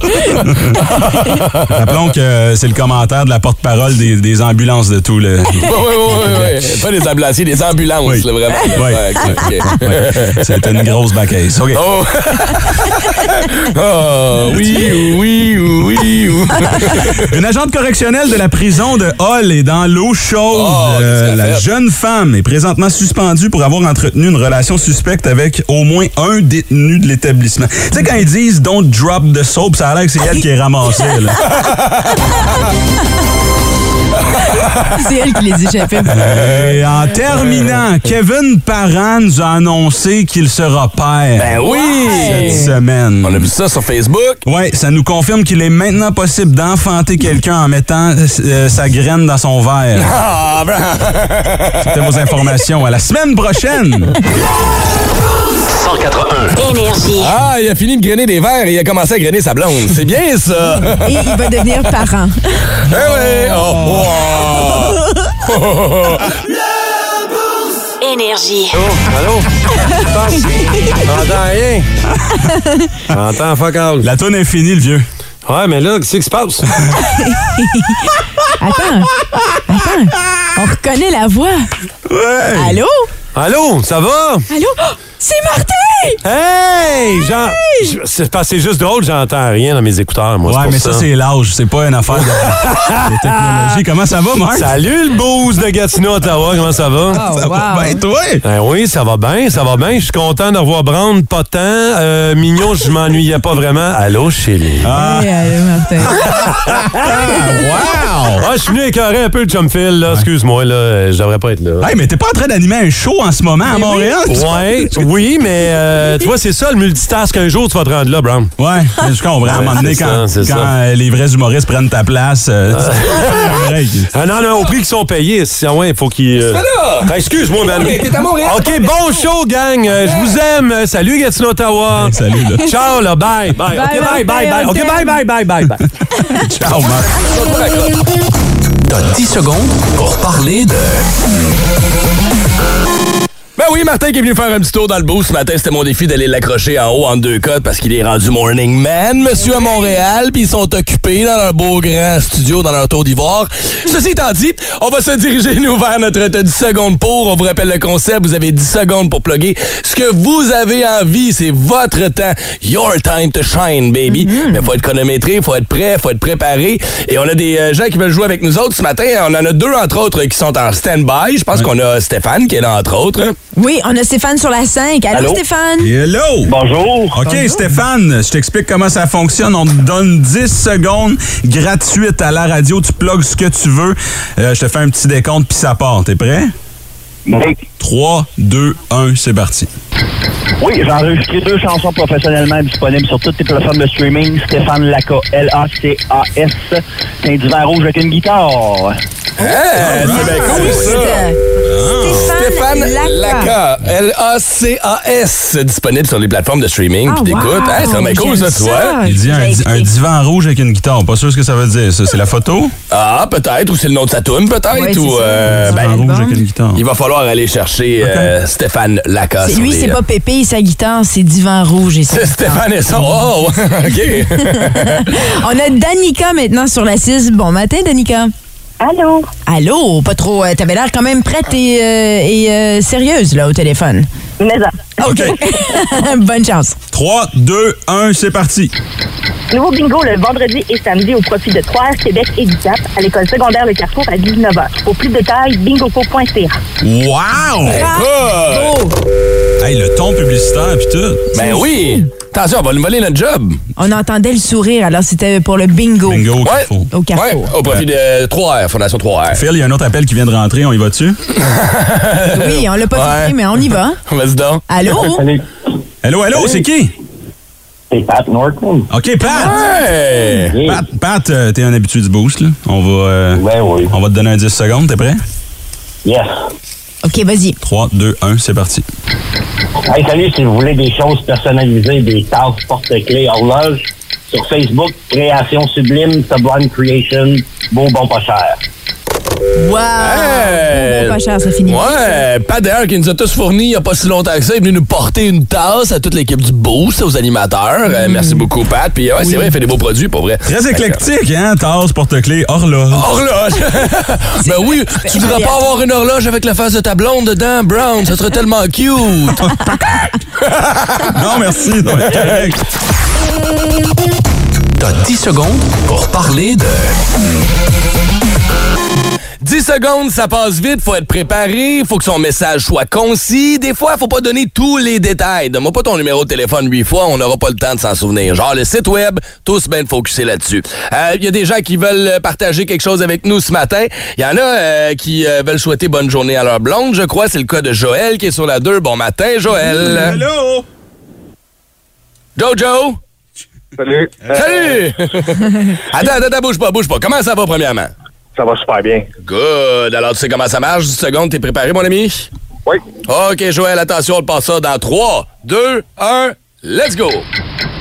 Speaker 3: Rappelons que euh, c'est le commentaire de la porte-parole des, des ambulances de tout le.
Speaker 8: Oui, oui, oui, oui. Pas des ambulanciers, des ambulances, là, vraiment. Ouais, ok, ok.
Speaker 3: C'était une grosse bacaise. OK.
Speaker 8: Oh. Oh, oui, oui, oui, oui.
Speaker 3: Une agente correctionnelle de la prison de Hall est dans l'eau chaude.
Speaker 8: Oh,
Speaker 3: Euh, la jeune femme est présentement suspendue pour avoir entretenu une relation suspecte avec au moins un détenu de l'établissement. Tu sais, quand ils disent don't drop the soap, ça a l'air que c'est elle qui est ramassée. là.
Speaker 4: C'est elle qui les échappait.
Speaker 3: Et en terminant, Kevin Parent nous a annoncé qu'il sera père.
Speaker 8: Ben oui!
Speaker 3: Cette semaine. On a
Speaker 8: vu ça sur Facebook.
Speaker 3: Oui, ça nous confirme qu'il est maintenant possible d'enfanter quelqu'un en mettant euh, sa graine dans son verre.
Speaker 8: Ah,
Speaker 3: C'était vos informations. À la semaine prochaine!
Speaker 2: 181.
Speaker 8: Énergie. Ah, il a fini de grainer des verres et il a commencé à grainer sa blonde. C'est bien, ça.
Speaker 4: Et il va devenir parent.
Speaker 8: Eh oui! Oh, wow.
Speaker 2: Énergie.
Speaker 8: Allô? J'entends rien. J'entends fuck all.
Speaker 3: La toune est finie, le vieux.
Speaker 13: Ouais, mais là, qu'est-ce qui se passe?
Speaker 4: Attends, attends. On reconnaît la voix. Allô?
Speaker 13: Allô, ça va?
Speaker 4: Allô? Oh, C'est Martin!
Speaker 13: Hey! Jean... Je- C'est parce que c'est juste drôle, j'entends rien dans mes écouteurs, moi.
Speaker 3: Ouais, mais ça, c'est l'âge. C'est pas une affaire de, de technologie. Comment ça va, Marc?
Speaker 13: Salut le boost de Gatineau, Ottawa. Comment ça va?
Speaker 8: Oh,
Speaker 3: Ça va bien, toi?
Speaker 13: Ben oui, ça va bien, ça va bien. Je suis content de revoir Brand, pas tant. Euh, Mignon, je m'ennuyais pas vraiment. Allô, chérie.
Speaker 3: Ah.
Speaker 8: Ah.
Speaker 4: Hey, allô, Martin.
Speaker 13: Ah, wow! Ah, je suis venu écœurer un peu le chum Phil, là. Excuse-moi, là. euh, Je devrais pas être là.
Speaker 3: Hey, mais t'es pas en train d'animer un show en ce moment à Montréal?
Speaker 13: Ouais,
Speaker 3: Tu
Speaker 13: oui, mais euh, tu vois, c'est ça le multitask. Un jour, tu vas te rendre là, Brown.
Speaker 3: Ouais, je comprends. À un moment donné, quand, quand, euh, les vrais humoristes prennent ta place, euh, tu-
Speaker 13: Ah non, non, au prix qu'ils sont payés, c'est- ah ouais, il faut qu'ils. euh,
Speaker 8: là?
Speaker 13: Ah, Excuse-moi, man.
Speaker 8: Mais t'es à Montréal.
Speaker 13: OK, bon show, gang. Euh, Je vous aime. Euh, Salut, Gatineau, Ottawa. Salut,
Speaker 3: Ben, là.
Speaker 13: Ciao, là. Bye, bye.
Speaker 3: Bye,
Speaker 13: OK,
Speaker 3: bye,
Speaker 13: bye, bye, bye.
Speaker 3: on
Speaker 13: OK, bye, bye, bye, bye, bye.
Speaker 3: Ciao, man.
Speaker 2: T'as 10 secondes pour parler de...
Speaker 8: Ben oui, Martin qui est venu faire un petit tour dans le boost ce matin, c'était mon défi d'aller l'accrocher en haut en deux cotes parce qu'il est rendu morning man, monsieur à Montréal, puis ils sont occupés dans leur beau grand studio, dans leur tour d'ivoire. Ceci étant dit, on va se diriger nous vers notre 10 secondes pour. On vous rappelle le concept, vous avez 10 secondes pour plugger ce que vous avez envie, c'est votre temps. Your time to shine, baby. Mais faut être chronométré, faut être prêt, faut être préparé. Et on a des euh, gens qui veulent jouer avec nous autres ce matin. On en a deux, entre autres, qui sont en stand-by. Je pense qu'on a Stéphane qui est là, entre autres.
Speaker 4: Oui, on a Stéphane sur la 5. Allô,
Speaker 3: Allô?
Speaker 4: Stéphane?
Speaker 3: Hello!
Speaker 8: Bonjour!
Speaker 3: OK,
Speaker 4: Bonjour.
Speaker 3: Stéphane, je t'explique comment ça fonctionne. On te donne 10 secondes gratuites à la radio. Tu plugues ce que tu veux. Euh, je te fais un petit décompte, puis ça part. T'es prêt? 3, 2, 1, c'est parti.
Speaker 17: Oui, j'ai enregistré deux chansons professionnellement disponibles sur toutes les plateformes de streaming. Stéphane Laca, L-A-C-A-S. C'est un divin rouge avec une guitare.
Speaker 8: Hey, Eh, c'est
Speaker 4: Ah,
Speaker 8: bien cool, ça. Stéphane Laca, L-A-C-A-S, disponible sur les plateformes de streaming
Speaker 3: Ah,
Speaker 8: puis d'écoute.
Speaker 3: wow,
Speaker 8: Hey, c'est bien cool, ça,
Speaker 3: j'aime
Speaker 8: tu vois.
Speaker 3: Il dit un, di- un divan rouge avec une guitare. Pas sûr ce que ça veut dire. Ça, c'est la photo?
Speaker 8: Ah, peut-être, ou c'est le nom de sa toune,
Speaker 3: Ouais,
Speaker 8: peut-être, ou...
Speaker 3: c'est ça,
Speaker 8: euh,
Speaker 3: un
Speaker 8: ben,
Speaker 3: rouge avec une guitare.
Speaker 8: il va falloir aller chercher euh, Stéphane Laca.
Speaker 4: C'est
Speaker 8: sur
Speaker 4: lui,
Speaker 8: les-
Speaker 4: c'est pas Pépé et sa guitare, c'est Divan Rouge et sa
Speaker 8: C'est
Speaker 4: guitare.
Speaker 8: Stéphane et son... Oh, OK.
Speaker 4: On a Danica maintenant sur la 6. Bon matin, Danica. Allô? Allô? Pas trop. euh, T'avais l'air quand même prête et, euh, et, euh, sérieuse, là, au téléphone. Mais OK. Bonne chance.
Speaker 3: 3, 2, 1, c'est parti.
Speaker 18: Nouveau bingo le vendredi et samedi au profit de 3R Québec et du Cap à l'école secondaire Le Carrefour à 19h. Pour plus de détails, bingoco.ca.
Speaker 3: Wow!
Speaker 4: Euh.
Speaker 8: Écoute!
Speaker 3: Hey, le ton publicitaire, puis tout.
Speaker 8: Ah. Ben oui! Attention, on va nous voler notre job.
Speaker 4: On entendait le sourire, alors c'était pour le bingo.
Speaker 3: Bingo au
Speaker 4: ouais.
Speaker 3: Carrefour.
Speaker 4: Au Carrefour.
Speaker 8: Ben, Ouais, au profit de 3R, Fondation 3R.
Speaker 3: Phil, il y a un autre appel qui vient de rentrer. On y va dessus?
Speaker 4: Oui, on l'a pas
Speaker 3: Ouais.
Speaker 4: filmé, mais on y va.
Speaker 8: Vas-y donc.
Speaker 4: Allô? Salut.
Speaker 3: Allô, allô,
Speaker 4: Salut.
Speaker 3: c'est qui? C'est Pat Norton. OK,
Speaker 4: Ah.
Speaker 3: Pat! Pat, Pat, euh, t'es un habitué du boost, là. On va, euh,
Speaker 19: Ben
Speaker 3: on va te donner un 10 secondes, t'es prêt?
Speaker 19: Yes.
Speaker 4: OK, vas-y.
Speaker 3: 3, 2, 1, c'est parti.
Speaker 19: Hey, salut, si vous voulez des choses personnalisées, des tasses, porte-clés, horloges, sur Facebook, Création Sublime, Sublime Creation, beau, bon, pas cher.
Speaker 4: Wow!
Speaker 8: Hey!
Speaker 4: Pas cher, c'est fini.
Speaker 8: Ouais, Pat d'ailleurs qui nous a tous fourni il n'y a pas si longtemps que ça, il est venu nous porter une tasse à toute l'équipe du Boost, aux animateurs. Euh, merci beaucoup, Pat. Puis ouais,
Speaker 3: Oui.
Speaker 8: c'est vrai, il fait des beaux produits, pour vrai.
Speaker 3: Très
Speaker 8: Fait que,
Speaker 3: éclectique, hein? Tasse, porte-clés, horloge.
Speaker 8: Horloge! ben oui, tu voudrais pas avoir une horloge avec la face de ta blonde dedans, Brown, ça serait tellement cute!
Speaker 3: non, merci.
Speaker 2: T'as 10 secondes pour parler de...
Speaker 8: 10 secondes, ça passe vite, faut être préparé, faut que son message soit concis. Des fois, faut pas donner tous les détails. Donne-moi pas ton numéro de téléphone huit fois, on n'aura pas le temps de s'en souvenir. Genre le site web, tous bien focusés là-dessus. Euh, Il y a des gens qui veulent euh, partager quelque chose avec nous ce matin. Il y en a euh, qui euh, veulent souhaiter bonne journée à leur blonde, je crois. C'est le cas de Joël qui est sur la 2. Bon matin, Joël.
Speaker 3: Hello!
Speaker 8: Jojo! Salut! Salut! attends, attends, attends, bouge pas, bouge pas. Comment ça va, premièrement? Ça va super bien. Good! Alors, tu sais comment ça marche? 10 secondes, t'es préparé, mon ami? Oui. OK, Joël, attention, on le passe ça dans 3, 2, 1, let's go!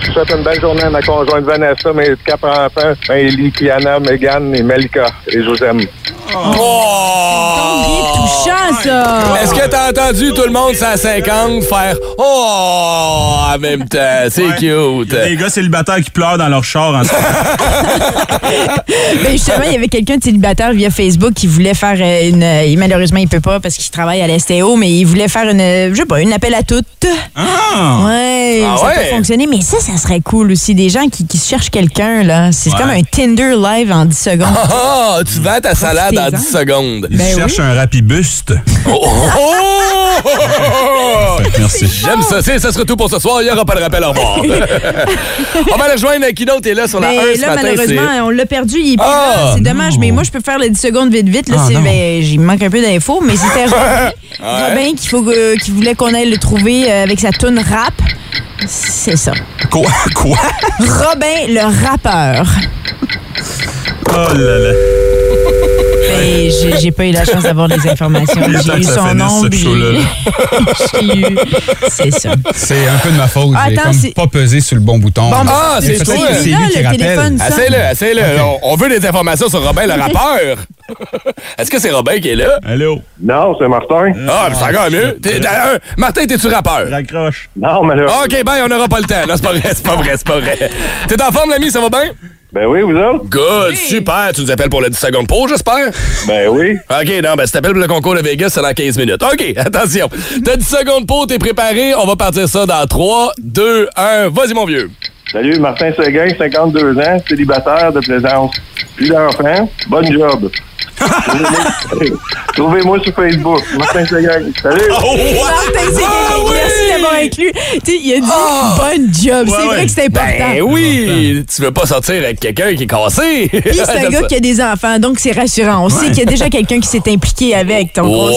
Speaker 20: Je souhaite une belle journée à ma conjointe Vanessa, mes quatre enfants, Ellie, Kiana, Megan et Malika. Et je vous aime.
Speaker 4: Touchant, ça!
Speaker 8: Est-ce que t'as entendu tout le monde, c'est à 50, faire Oh! En même temps, c'est cute!
Speaker 3: Les gars célibataires qui pleurent dans leur char en ce moment.
Speaker 4: Ben, justement, il y avait quelqu'un de célibataire via Facebook qui voulait faire euh, une. euh, il- Malheureusement, il peut pas parce qu'il travaille à l'STO, mais il voulait faire une. euh, Je sais pas, une appel à toutes.
Speaker 3: Ah!
Speaker 4: Ouais,
Speaker 3: Ah
Speaker 4: ça peut
Speaker 3: ouais?
Speaker 4: fonctionner. Mais ça, ça serait cool aussi. Des gens qui, qui cherchent quelqu'un, là. C'est
Speaker 8: Ouais.
Speaker 4: comme un Tinder live en 10 secondes.
Speaker 8: Ah, tu vends ta salade en 10 secondes.
Speaker 3: Il Ben
Speaker 4: Ben
Speaker 3: cherche un rapibuste.
Speaker 8: Oh!
Speaker 3: Merci.
Speaker 8: J'aime ça. C'est- Ça sera tout pour ce soir. Il n'y aura pas de rappel. Au revoir. On va le joindre. Qui d'autre est là sur la
Speaker 4: Ben,
Speaker 8: 1 ce
Speaker 4: là,
Speaker 8: matin? c'est-
Speaker 4: malheureusement, on l'a perdu. Il est plus
Speaker 8: Ah,
Speaker 4: là. C'est dommage, mais moi, je peux faire les 10 secondes vite, vite. Là,
Speaker 8: Ah,
Speaker 4: c'est-
Speaker 8: non.
Speaker 4: ben, j'y manque un peu d'infos, mais c'était Robin,
Speaker 8: Ouais.
Speaker 4: Robin qu'il faut que- qu'il voulait qu'on aille le trouver euh, avec sa toune rap. C'est ça.
Speaker 3: Quoi? Quoi?
Speaker 4: Robin, le rappeur.
Speaker 3: Oh là là.
Speaker 4: Ben, j'ai- j'ai pas eu la chance d'avoir des informations.
Speaker 3: Il est temps
Speaker 4: J'ai eu
Speaker 3: que ça
Speaker 4: son
Speaker 3: finisse,
Speaker 4: nom.
Speaker 3: ce
Speaker 4: puis
Speaker 3: show-là, là.
Speaker 4: j'ai- j'ai eu- C'est ça.
Speaker 21: C'est un peu de ma faute.
Speaker 4: Ah,
Speaker 21: J'ai
Speaker 4: attends, c'est-
Speaker 21: comme pas pesé sur le bon bouton.
Speaker 4: Bon,
Speaker 8: Ah,
Speaker 21: Des
Speaker 8: c'est
Speaker 21: fois,
Speaker 8: toi.
Speaker 21: c'est lui qui rappelle.
Speaker 8: Assez-le, assez-le. On- On veut des informations sur Robin le rappeur. Est-ce que c'est Robin qui est là?
Speaker 3: Allô?
Speaker 20: Non, c'est Martin.
Speaker 8: Ah, mais c'est encore mieux. T'es- euh, Martin, t'es-tu rappeur?
Speaker 3: J'accroche.
Speaker 20: Non, mais là.
Speaker 8: OK, ben, on n'aura pas le temps. Non, c'est pas vrai, c'est pas vrai, c'est pas vrai. T'es en forme, l'ami, ça va bien?
Speaker 20: Ben oui, vous autres?
Speaker 8: Good, super. Tu nous appelles pour le 10 secondes pour, j'espère?
Speaker 20: Ben oui.
Speaker 8: OK, non, ben, si t'appelles pour le concours de Vegas, c'est dans 15 minutes. OK, attention. T'as 10 secondes pour, t'es préparé. On va partir ça dans 3, 2, 1. Vas-y, mon vieux.
Speaker 20: Salut, Martin Seguin, 52 ans, célibataire de plaisance. Plus d'enfants, bonne job. Trouvez-moi- Trouvez-moi sur Facebook, Martin Seguin. Salut!
Speaker 8: Ah
Speaker 4: Martin, c'est quelqu'un qui- Oh, merci d'avoir inclus. Tu sais, il a dit bonne job. c'est vrai que c'est important.
Speaker 8: Ah! Ben oui, tu veux pas sortir avec quelqu'un qui est cassé.
Speaker 4: Puis c'est un gars qui a des enfants, donc c'est rassurant. On sait qu'il y a déjà quelqu'un qui s'est impliqué avec. Donc on sait.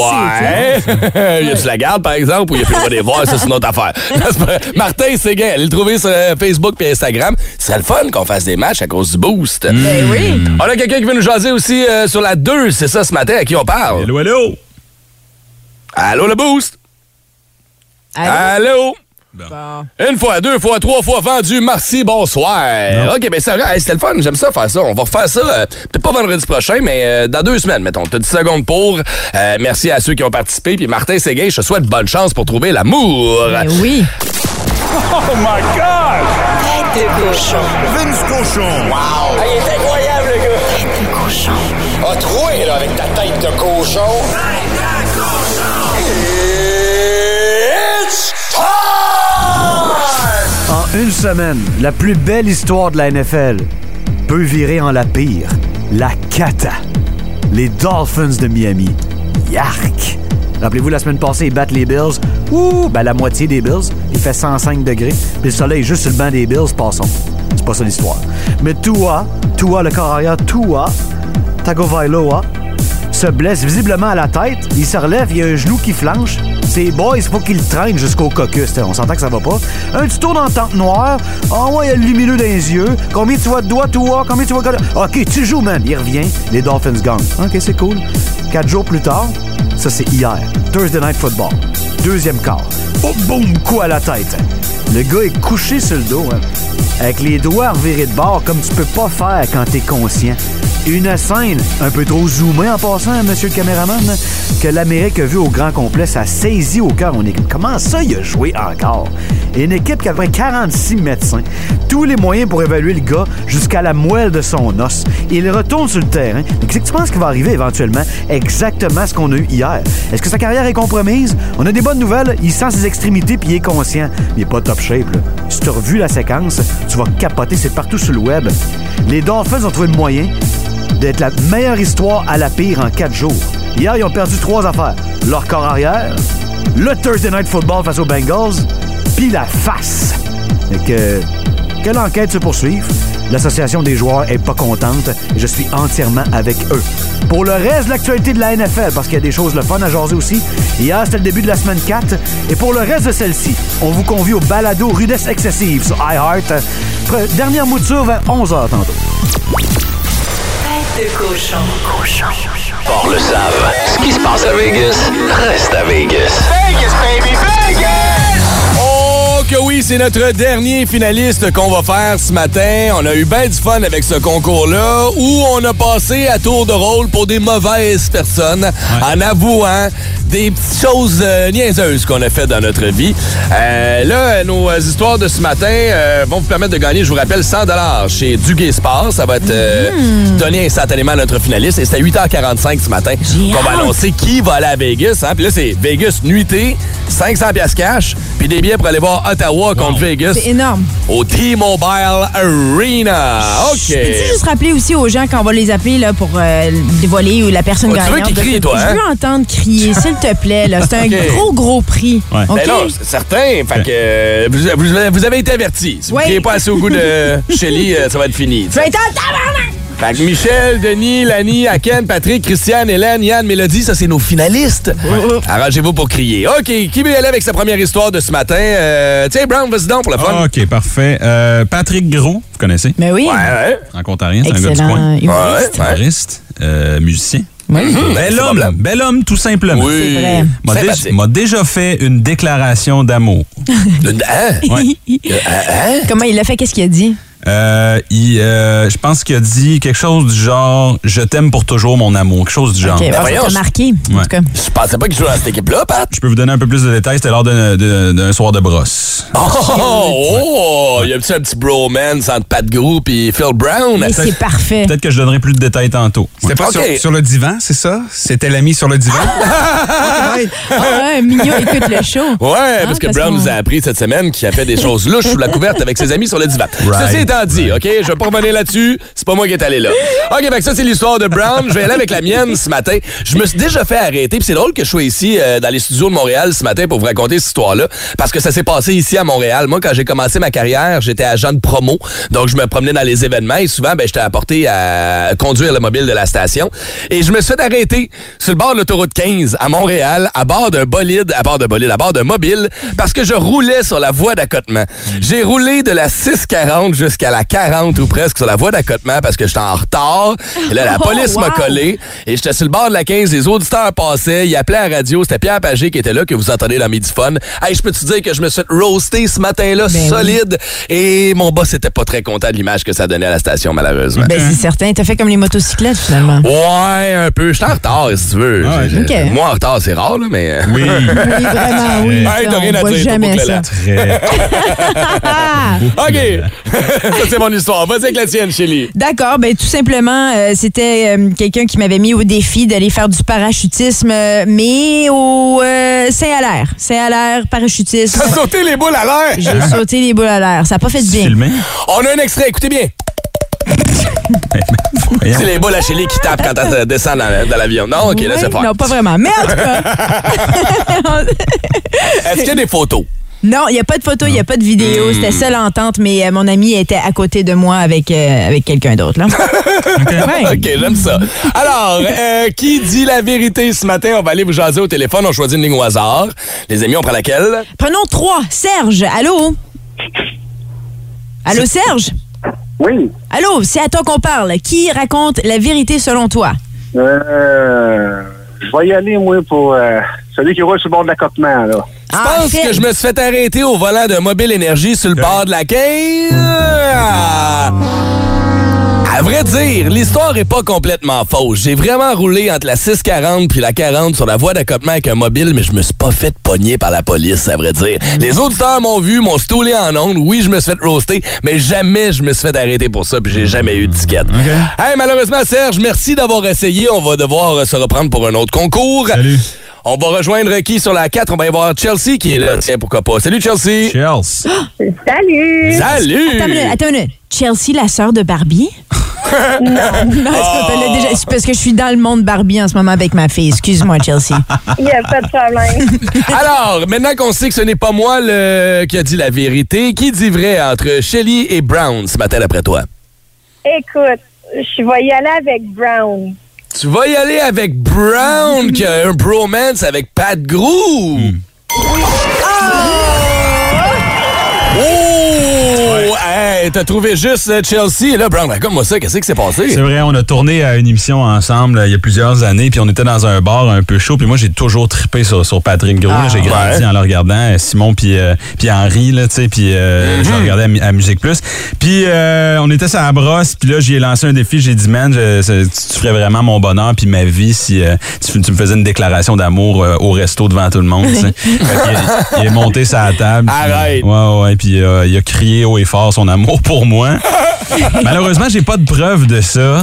Speaker 8: Ouais. il y a-tu la garde, par exemple, ou il y a plus le droit de les voir, ça, c'est une autre affaire. Non, c'est pas vrai. Martin Séguin, allez le trouver sur euh, Facebook et Instagram. Ce serait le fun qu'on fasse des matchs à cause du boost.
Speaker 4: Ben oui.
Speaker 8: On a quelqu'un qui veut nous jaser aussi euh, sur la 2, c'est ça, ce matin, à qui on parle? Allô,
Speaker 3: allô?
Speaker 8: Allô, le boost?
Speaker 4: Ah,
Speaker 8: Allô? Ah. Une fois, deux fois, trois fois vendu. Merci, bonsoir. OK, ben c'est vrai. Hey, c'était le fun. J'aime ça faire ça. On va refaire ça. euh, Peut-être pas vendredi prochain, mais euh, dans deux semaines, mettons. T'as 10 secondes pour. Euh, merci à ceux qui ont participé. Puis Martin Séguin, je te souhaite bonne chance pour trouver l'amour.
Speaker 4: Ben oui.
Speaker 2: Oh my God! Tête de cochon. Vince cochon. Wow! il est incroyable, le gars! Tête de cochon. A troué, là, avec ta tête de cochon. Tête de cochon! It's
Speaker 22: En une semaine, la plus belle histoire de la NFL peut virer en la pire. La cata. Les Dolphins de Miami. Yark! Rappelez-vous, la semaine passée, ils battent les Bills. Ouh! Ben, la moitié des Bills. Il fait 105 degrés. Puis le soleil est juste sur le banc des Bills. Passons. C'est pas ça l'histoire. Mais Tua, Tua, le corps arrière, Tua, Tagovailoa, se blesse visiblement à la tête. Il se relève, il y a un genou qui flanche. C'est boys, faut qu'il le traîne jusqu'au caucus. On s'entend que ça va pas. Un petit tour dans la tente noire. Ah ouais, il y a le lumineux dans les yeux. Combien tu vois de doigts, toi? Combien tu vois de OK, tu joues, man. Il revient. Les Dolphins gagnent. OK, c'est cool. Quatre jours plus tard, ça c'est hier. Thursday Night Football. Deuxième quart. Oh, boum, coup à la tête. Le gars est couché sur le dos, hein, avec les doigts revirés de bord, comme tu peux pas faire quand t'es conscient. Une scène un peu trop zoomée en passant, hein, monsieur le caméraman, hein, que l'Amérique a vu au grand complet, ça saisit au cœur. On est comme, comment ça, il a joué encore? Et une équipe qui a à peu près 46 médecins, tous les moyens pour évaluer le gars jusqu'à la moelle de son os. Il retourne sur le terrain. Mais qu'est-ce que tu penses qui va arriver éventuellement? Exactement ce qu'on a eu hier. Est-ce que sa carrière est compromise? On a des bonnes nouvelles. Il sent ses extrémités puis il est conscient. Mais il est pas top shape. là. Si tu as revu la séquence, tu vas capoter. C'est partout sur le web. Les Dolphins ont trouvé le moyen d'être la meilleure histoire à la pire en quatre jours. Hier, ils ont perdu trois affaires. Leur corps arrière, le Thursday Night Football face aux Bengals, puis la face. Fait que, que l'enquête se poursuive. L'association des joueurs est pas contente et je suis entièrement avec eux. Pour le reste de l'actualité de la NFL, parce qu'il y a des choses le fun à jaser aussi, hier c'était le début de la semaine 4, et pour le reste de celle-ci, on vous convie au balado Rudesse Excessive sur iHeart. Pre- Dernière mouture vers 11h tantôt.
Speaker 2: Tête de cochon. Cochon. Fort le savent. Ce qui se passe à Vegas reste à Vegas. Vegas, baby, Vegas!
Speaker 8: Oh que oui, c'est notre dernier finaliste qu'on va faire ce matin. On a eu bien du fun avec ce concours-là où on a passé à tour de rôle pour des mauvaises personnes en avouant des petites choses euh, niaiseuses qu'on a fait dans notre vie. Euh, là, nos euh, histoires de ce matin euh, vont vous permettre de gagner, je vous rappelle, 100 chez Duguay Sport. Ça va être euh, donné instantanément à notre finaliste. Et c'est à 8h45 ce matin qu'on va
Speaker 2: hâte.
Speaker 8: annoncer qui va aller à Vegas. hein. Puis là, c'est Vegas nuitée, 500 pièces cash, puis des billets pour aller voir Ottawa contre Vegas
Speaker 23: C'est énorme.
Speaker 8: au T-Mobile Arena. Ah, OK.
Speaker 4: Peux-tu juste rappeler aussi aux gens quand on va les appeler là, pour euh, dévoiler ou la personne
Speaker 8: Oh, tu veux
Speaker 4: gagnante?
Speaker 8: qu'ils
Speaker 4: de-
Speaker 8: crient, toi, hein?
Speaker 4: Je veux entendre crier, s'il te plaît. là. C'est un
Speaker 8: Ok.
Speaker 4: gros, gros prix.
Speaker 8: Ben
Speaker 4: OK?
Speaker 8: non, c'est certain. Fait que euh, vous, vous- vous avez été avertis. Si vous
Speaker 4: Ouais.
Speaker 8: criez pas assez au goût de Shelly, euh, ça va être fini.
Speaker 4: Je vais être en tabarnak!
Speaker 8: Fait que Michel, Denis, Lani, Aken, Patrick, Christiane, Hélène, Yann, Mélodie, ça c'est nos finalistes. Arrangez-vous pour crier. OK, qui veut y aller avec sa première histoire de ce matin? Euh, Tiens, Brown, vas-y donc pour le fun.
Speaker 3: Ah, OK, parfait. Euh, Patrick Gros, vous connaissez?
Speaker 4: Mais Ben oui.
Speaker 8: Ouais,
Speaker 3: Franco-ontarien, c'est un gars du
Speaker 4: Excellent
Speaker 3: coin.
Speaker 4: humoriste.
Speaker 3: Humoriste, euh, musicien.
Speaker 4: Oui.
Speaker 8: Ben,
Speaker 4: Mhm.
Speaker 3: Bel
Speaker 4: C'est pas
Speaker 3: homme, bel homme tout simplement.
Speaker 4: Oui. C'est vrai.
Speaker 3: M'a dé-
Speaker 4: Sympathique.
Speaker 3: M'a déjà fait une déclaration d'amour.
Speaker 8: Hein?
Speaker 3: Ouais.
Speaker 4: Comment il l'a fait? Qu'est-ce qu'il a dit?
Speaker 3: Euh, il, euh, je pense qu'il a dit quelque chose du genre Je t'aime pour toujours, mon amour. Quelque chose du
Speaker 8: Ben
Speaker 3: genre.
Speaker 4: OK, ça t'a marqué, en tout cas.
Speaker 8: Je pensais pas qu'il jouait dans cette équipe-là, Pat.
Speaker 3: Je peux vous donner un peu plus de détails. C'était lors d'un d'un- d'un soir de brosse.
Speaker 8: Oh, oh, oh, il y a un petit, un petit bromance entre Pat Gou et Phil Brown.
Speaker 4: Mais c'est parfait.
Speaker 3: Peut-être que je donnerai plus de détails tantôt.
Speaker 8: C'était
Speaker 3: pas
Speaker 8: Ok.
Speaker 3: sur- sur le divan, c'est ça? C'était l'ami sur le divan?
Speaker 4: Ah, Mignon écoute le show.
Speaker 8: Ouais,
Speaker 4: Hein,
Speaker 8: parce que
Speaker 4: parce
Speaker 8: Brown
Speaker 4: qu'on-
Speaker 8: nous a appris cette semaine qu'il a fait des choses louches sous la couverte avec ses amis sur le divan.
Speaker 2: Right.
Speaker 8: Ceci étant dit, OK, je vais pas revenir là-dessus, c'est pas moi qui est allé là. OK, fait que ça, c'est l'histoire de Brown. Je vais aller avec la mienne ce matin. Je me suis déjà fait arrêter, puis c'est drôle que je sois ici euh, dans les studios de Montréal ce matin pour vous raconter cette histoire-là, parce que ça s'est passé ici à Montréal. Moi, quand j'ai commencé ma carrière, j'étais agent de promo, donc je me promenais dans les événements et souvent, ben, j'étais apporté à conduire le mobile de la station. Et je me suis fait arrêter sur le bord de l'autoroute 15 à Montréal, à bord d'un bolide, à bord d'un bolide, à bord d'un mobile, parce que je roulais sur la voie d'accotement. J'ai roulé de la 640 jusqu'à la 40 ou presque sur la voie d'accotement parce que j'étais en retard. Et là, la
Speaker 2: Oh,
Speaker 8: police m'a
Speaker 2: wow.
Speaker 8: collé et j'étais sur le bord de la 15. Les auditeurs passaient, ils appelaient à la radio. C'était Pierre Pagé qui était là, que vous entendez dans Midi Fun. Hey, je peux te dire que je me suis fait roaster ce matin-là,
Speaker 4: Ben oui.
Speaker 8: solide. Et mon boss était pas très content de l'image que ça donnait à la station, malheureusement.
Speaker 4: Ben, c'est certain. T'as fait comme les motocyclettes, finalement.
Speaker 8: Ouais, un peu. Je suis en retard, si tu veux. J'ai-
Speaker 4: ouais.
Speaker 8: j'ai-
Speaker 4: Ah, Ok.
Speaker 8: Moi, en retard, c'est rare, là, mais. euh,
Speaker 3: Oui.
Speaker 4: Oui, vraiment, oui.
Speaker 8: Hey,
Speaker 4: Ça,
Speaker 8: t'as rien
Speaker 4: on
Speaker 8: à
Speaker 4: voit
Speaker 8: dire,
Speaker 4: jamais
Speaker 8: t'as
Speaker 4: ça.
Speaker 8: OK. ça, c'est mon histoire. Vas-y avec la tienne, Chélie.
Speaker 4: D'accord, ben tout simplement, euh, c'était euh, quelqu'un qui m'avait mis au défi d'aller faire du parachutisme, euh, mais au euh, Saint-Halaire. Saint-Halaire, parachutisme.
Speaker 8: T'as sauté les boules à l'air.
Speaker 4: J'ai sauté les boules à l'air. Ça n'a pas fait de bien.
Speaker 8: On a un extrait, écoutez bien.
Speaker 4: Ben,
Speaker 8: C'est les boules à Chélie qui tapent quand elle euh, descend dans, dans l'avion. Non, OK, là,
Speaker 4: Ouais,
Speaker 8: c'est pas.
Speaker 4: Non, pas vraiment. Mais en tout cas,
Speaker 8: Est-ce qu'il y a des photos?
Speaker 4: non, il n'y a pas de photo, il n'y a pas de vidéo.
Speaker 8: Hmm.
Speaker 4: C'était seule entente, mais euh, mon ami était à côté de moi avec, euh, avec quelqu'un d'autre. là.
Speaker 8: OK, j'aime ça. Alors, euh, qui dit la vérité ce matin? On va aller vous jaser au téléphone. On choisit une ligne au hasard. Les amis, on prend laquelle?
Speaker 4: Prenons trois. Serge, allô? Allô, Serge?
Speaker 2: Oui.
Speaker 4: Allô, c'est à toi qu'on parle. Qui raconte la vérité selon toi?
Speaker 2: Euh, je vais y aller, moi, pour euh, celui qui roule sur le bord de l'accotement, là.
Speaker 8: Je
Speaker 4: Ah,
Speaker 8: pense que je me suis fait arrêter au volant de Mobile Énergie sur le bord de la quai. Ah! À vrai dire, l'histoire est pas complètement fausse. J'ai vraiment roulé entre la 640 puis la 40 sur la voie d'accotement avec un mobile, mais je me suis pas fait pogner par la police, à vrai dire. Les auditeurs m'ont vu, m'ont stoulé en ondes. Oui, je me suis fait roaster, mais jamais je me suis fait arrêter pour ça, puis j'ai jamais eu de ticket. Hey, malheureusement, Serge, merci d'avoir essayé. On va devoir euh, se reprendre pour un autre concours. Salut. On va rejoindre qui sur la 4? On va y voir Chelsea qui est là. Tiens, pourquoi pas. Salut, Chelsea.
Speaker 3: Chelsea.
Speaker 18: Salut!
Speaker 8: Salut!
Speaker 4: Attends une minute, attends une minute. Chelsea, la sœur de Barbie? non, non est-ce que t'as le déjà- c'est parce que je suis dans le monde Barbie en ce moment avec ma fille. Excuse-moi, Chelsea.
Speaker 18: Il n'y a pas de problème.
Speaker 8: Alors, maintenant qu'on sait que ce n'est pas moi le... qui a dit la vérité, qui dit vrai entre Shelly et Brown ce matin après toi?
Speaker 18: Écoute, je vais y aller avec Brown.
Speaker 8: Tu vas y aller avec Brown qui a un bromance avec Pat Groo. Oh! Hey, hey, t'as trouvé juste euh, Chelsea. Et là, Brown, ben, comme moi ça, qu'est-ce qui s'est passé?
Speaker 3: C'est vrai, on a tourné à une émission ensemble euh, il y a plusieurs années, puis on était dans un bar un peu chaud, puis moi j'ai toujours trippé sur, sur Patrick Gros.
Speaker 8: Ah,
Speaker 3: j'ai grandi
Speaker 8: ouais.
Speaker 3: en le regardant, euh, Simon puis euh, puis Henri là, tu sais, puis euh,
Speaker 8: Mhm.
Speaker 3: je le regardais à, Mu- à Musique Plus. Puis euh, on était sur la brosse, puis là j'ai lancé un défi, j'ai dit man, je- c'est- tu, tu ferais vraiment mon bonheur puis ma vie si euh, tu, f- tu me faisais une déclaration d'amour euh, au resto devant tout le monde. tu sais. Fait qu'il- il est monté sa table. puis- ouais ouais, puis euh, il a crié haut et fort son amour pour moi. Malheureusement, j'ai pas de preuve de ça.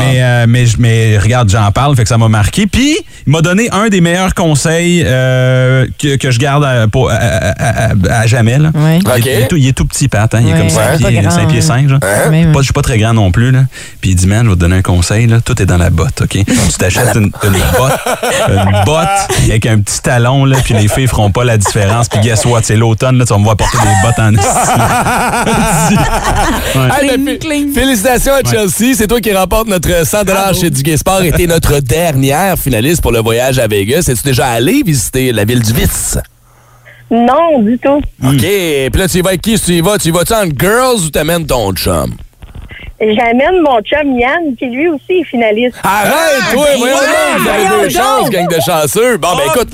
Speaker 3: Mais, euh, mais, je- mais regarde, j'en parle, fait que ça m'a marqué. Puis, il m'a donné un des meilleurs conseils euh, que, que je garde à, pour- à- à- à- à jamais. là. Il, est-
Speaker 8: Ok.
Speaker 3: il est tout, il est tout petit, Pat. hein. Il est
Speaker 8: Ouais.
Speaker 3: comme 5
Speaker 8: Ouais, pas
Speaker 3: pieds,
Speaker 8: grand,
Speaker 3: 5 pieds
Speaker 8: hein.
Speaker 3: 5. Genre.
Speaker 8: Hein?
Speaker 3: Pas- je suis pas très grand non plus. Là. Puis, il dit, man, je vais te donner un conseil. Là. Tout est dans la botte. OK? Tu t'achètes une, une botte, une botte avec un petit talon, là, puis les filles feront pas la différence. Puis, guess what? C'est l'automne, là, tu vas me voir porter des bottes en
Speaker 8: Hey, ben, fé- Félicitations à Chelsea. C'est toi qui remporte notre 100 chez Duguay Sport et t'es notre dernière finaliste pour le voyage à Vegas. Es-tu déjà allé visiter la ville du vice?
Speaker 18: Non, du tout.
Speaker 8: OK. Puis là, tu y vas avec qui? Si Tu y vas? Tu y vas-tu en girls ou t'amènes ton chum?
Speaker 18: J'amène mon chum Yann, qui lui aussi est finaliste.
Speaker 8: Arrête, toi, Ah, ben, voyons donc, vous avez deux chances, gang de chanceux. Bon, ben écoute,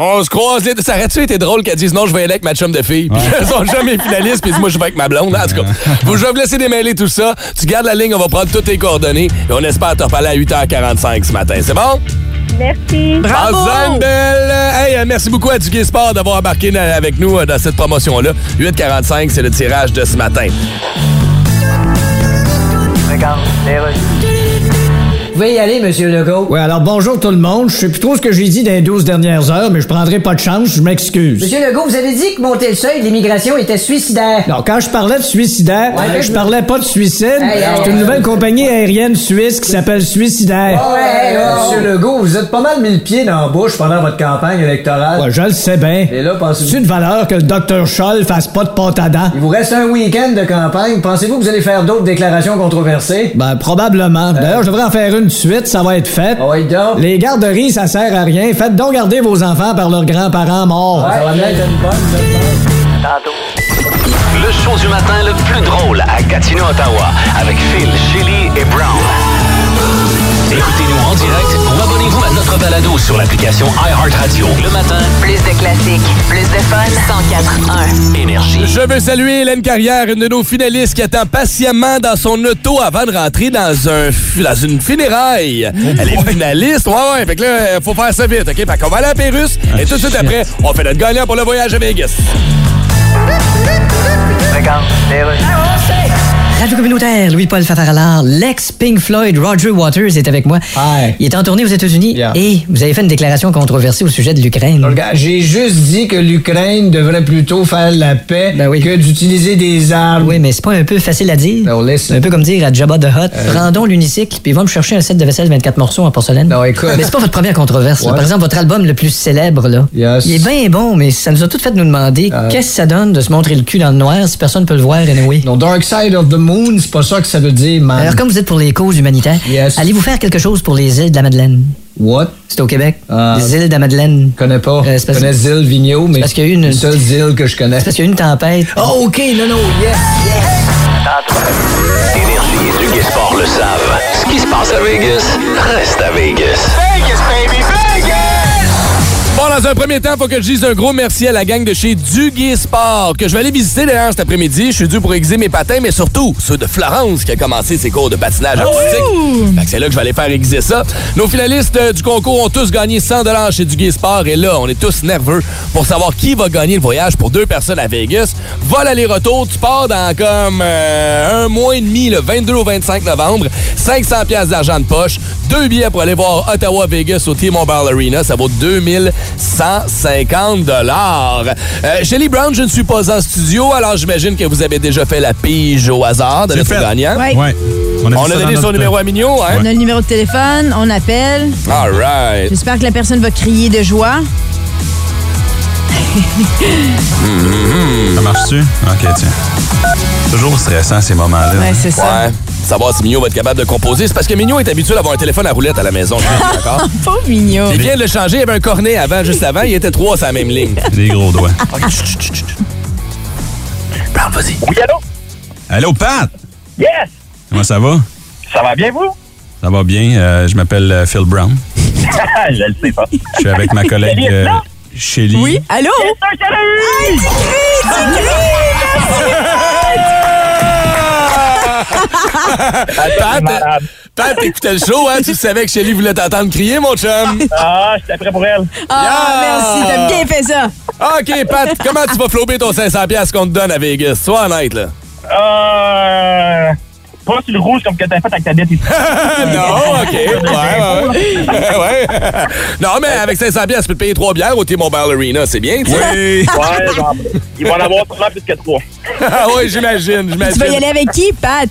Speaker 8: on se croise les deux. Ça aurait-tu été drôle qu'elle dise non, je vais aller avec ma chum de fille. Puis elles sont jamais finalistes, puis moi, je vais avec ma blonde. En tout cas, vous, je vais vous laisser démêler tout ça. Tu gardes la ligne, on va prendre toutes tes coordonnées et on espère te reparler à 8h45 ce matin. C'est bon?
Speaker 18: Merci.
Speaker 8: Passe-en une belle. Hey, euh, merci beaucoup à Duguay Sport d'avoir embarqué na- avec nous euh, dans cette promotion-là. 8h45, c'est le tirage de ce matin.
Speaker 5: Vous pouvez y aller, Monsieur Legault. Oui, alors bonjour tout le monde. Je sais plus trop ce que j'ai dit dans les 12 dernières heures, mais je prendrai pas de chance, je m'excuse.
Speaker 16: Monsieur Legault, vous avez dit que monter le seuil de l'immigration était suicidaire.
Speaker 5: Non, quand je parlais de suicidaire,
Speaker 16: Ouais,
Speaker 5: je euh,
Speaker 16: je-
Speaker 5: parlais pas de suicide.
Speaker 16: Hey, hey,
Speaker 5: C'est une
Speaker 16: hey.
Speaker 5: nouvelle compagnie aérienne suisse qui s'appelle Suicidaire.
Speaker 16: Ah Ouais, ouais, ouais. Monsieur
Speaker 5: Euh, Legault, vous êtes pas mal mis le pied dans la bouche pendant votre campagne électorale. Ouais, je le sais bien. Et là, pensez-vous... C'est une valeur que le docteur Scholl fasse pas de pâte à dents.
Speaker 16: Il vous reste un week-end de campagne. Pensez-vous que vous allez faire d'autres déclarations controversées?
Speaker 5: Ben, probablement. D'ailleurs, je devrais en faire une de suite, ça va être fait. Les garderies, ça sert à rien. Faites donc garder vos enfants par leurs grands-parents morts.
Speaker 16: Ouais, ça va bien être une bonne,
Speaker 1: Le show du matin le plus drôle à Gatineau, Ottawa, avec Phil, Shelly et Brown. Écoutez-nous en direct ou abonnez-vous à notre balado sur l'application iHeartRadio. Le matin,
Speaker 6: Plus de classiques, plus de fun. 104.1.
Speaker 1: énergie.
Speaker 8: Je veux saluer Hélène Carrière, une de nos finalistes qui attend patiemment dans son auto avant de rentrer dans un fu- dans une funéraille. Elle est finaliste. Ouais, ouais. Fait que là, euh, faut faire ça vite, OK? Fait qu'on va aller à Pérus et tout de suite après, on fait notre gagnant pour le voyage à Vegas.
Speaker 16: Radio communautaire, Louis-Paul Fafaralard, l'ex Pink Floyd Roger Waters est avec moi. Il est en tournée aux États-Unis et vous avez fait une déclaration controversée au sujet de l'Ukraine.
Speaker 5: J'ai juste dit que l'Ukraine devrait plutôt faire la paix que d'utiliser des armes. Ben,
Speaker 16: Ben Oui, mais c'est pas un peu facile à dire. C'est un peu comme dire à Jabba the Hutt,
Speaker 5: Euh.
Speaker 16: rendons l'unicycle, puis va me chercher un set de vaisselle 24 morceaux en porcelaine. Non,
Speaker 5: écoute.
Speaker 16: Mais c'est pas votre première controverse. là.
Speaker 5: Ouais.
Speaker 16: Par exemple, votre album le plus célèbre, là.
Speaker 5: Yes. Euh.
Speaker 16: Il est bien bon, mais ça nous a tout fait nous demander qu'est-ce que ça donne de se montrer le cul dans le noir si personne peut le voir, anyway.
Speaker 5: Non, Dark Side of the Moon, c'est pas ça que ça veut dire, man.
Speaker 16: Alors, comme vous êtes pour les causes humanitaires,
Speaker 5: Yes.
Speaker 16: allez-vous faire quelque chose pour les îles de la Madeleine?
Speaker 5: What?
Speaker 16: C'est au Québec.
Speaker 5: Ah.
Speaker 16: les îles de la Madeleine.
Speaker 5: Je connais pas.
Speaker 16: Euh,
Speaker 5: Je
Speaker 16: c'est parce-
Speaker 5: connais Zil Vigneault, mais
Speaker 16: parce qu'il y a eu une-
Speaker 5: c'est la seule Zil que je connais.
Speaker 16: C'est parce qu'il y a eu une tempête.
Speaker 5: Oh, OK, non, non, yes, yes.
Speaker 1: Énergie et Duguay Sport le savent. Ce qui se passe à Vegas reste à Vegas.
Speaker 2: Vegas, baby,
Speaker 8: Bon, dans un premier temps, faut que je dise un gros merci à la gang de chez Duguay Sport, que je vais aller visiter d'ailleurs cet après-midi. Je suis dû pour exer mes patins, mais surtout ceux de Florence qui a commencé ses cours de patinage artistique. Fait que c'est là que je vais aller faire exer ça. Nos finalistes euh, du concours ont tous gagné 100 chez Duguay Sport et là, on est tous nerveux pour savoir qui va gagner le voyage pour deux personnes à Vegas. Vol aller-retour, tu pars dans comme euh, un mois et demi, le 22 au 25 novembre. 500 pièces d'argent de poche, deux billets pour aller voir Ottawa Vegas au T-Mobile Arena, ça vaut 2150 dollars. Euh, Shelly Brown, je ne suis pas en studio, alors j'imagine que vous avez déjà fait la pige au hasard de
Speaker 3: C'est
Speaker 8: notre
Speaker 3: fait.
Speaker 8: gagnant.
Speaker 23: Ouais. Ouais.
Speaker 8: On
Speaker 3: On a
Speaker 8: a,
Speaker 3: mis ça dans
Speaker 8: donné son
Speaker 3: notre-
Speaker 8: numéro à Mignot, hein?
Speaker 23: On a le numéro de téléphone, on appelle.
Speaker 8: All right.
Speaker 23: J'espère que la personne va crier de joie.
Speaker 3: Ça marche-tu? OK, tiens. Toujours stressant ces moments-là.
Speaker 23: Ouais, c'est ça.
Speaker 8: Ouais. Savoir si Mignot va être capable de composer. C'est parce que Mignot est habitué d'avoir un téléphone à roulette à la maison. je suis D'accord?
Speaker 23: Pauvre mignon.
Speaker 8: Il vient de le changer. Il y avait un cornet avant, juste avant. Il était trois sur la même ligne.
Speaker 3: Des gros doigts.
Speaker 8: Ok, chut, chut, chut, chut. Brown, vas-y. Oui, allô?
Speaker 3: Allô, Pat?
Speaker 12: Yes!
Speaker 3: Comment ça va?
Speaker 12: Ça va bien, vous?
Speaker 3: Ça va bien. euh, je m'appelle euh, Phil Brown.
Speaker 12: je le sais pas.
Speaker 3: Je suis avec ma collègue
Speaker 12: Salut,
Speaker 3: euh,
Speaker 12: Phil.
Speaker 3: Shelly.
Speaker 4: Oui, allô?
Speaker 12: Salut!
Speaker 8: Pat, euh, Pat, t'écoutais le show, hein? Tu savais que Shelly voulait t'entendre crier, mon chum.
Speaker 12: Ah, j'étais prêt pour elle.
Speaker 4: Ah, merci, t'as bien fait ça.
Speaker 8: OK, Pat, comment tu vas flober ton 500$ qu'on te donne à Vegas? Sois honnête, là.
Speaker 12: Euh... Pas sur le rouge comme que t'as fait avec ta dette ici.
Speaker 24: Ah,
Speaker 8: Euh, non, OK. Ouais, ouais, ouais. Ouais. Non, mais avec 500$, piastres, tu peux te payer trois bières au T-Mobile Arena. C'est bien, tu sais.
Speaker 12: Ouais, genre, il va en avoir sûrement plus que trois.
Speaker 8: Ah oui, j'imagine, j'imagine.
Speaker 24: Tu vas y aller avec qui, Pat?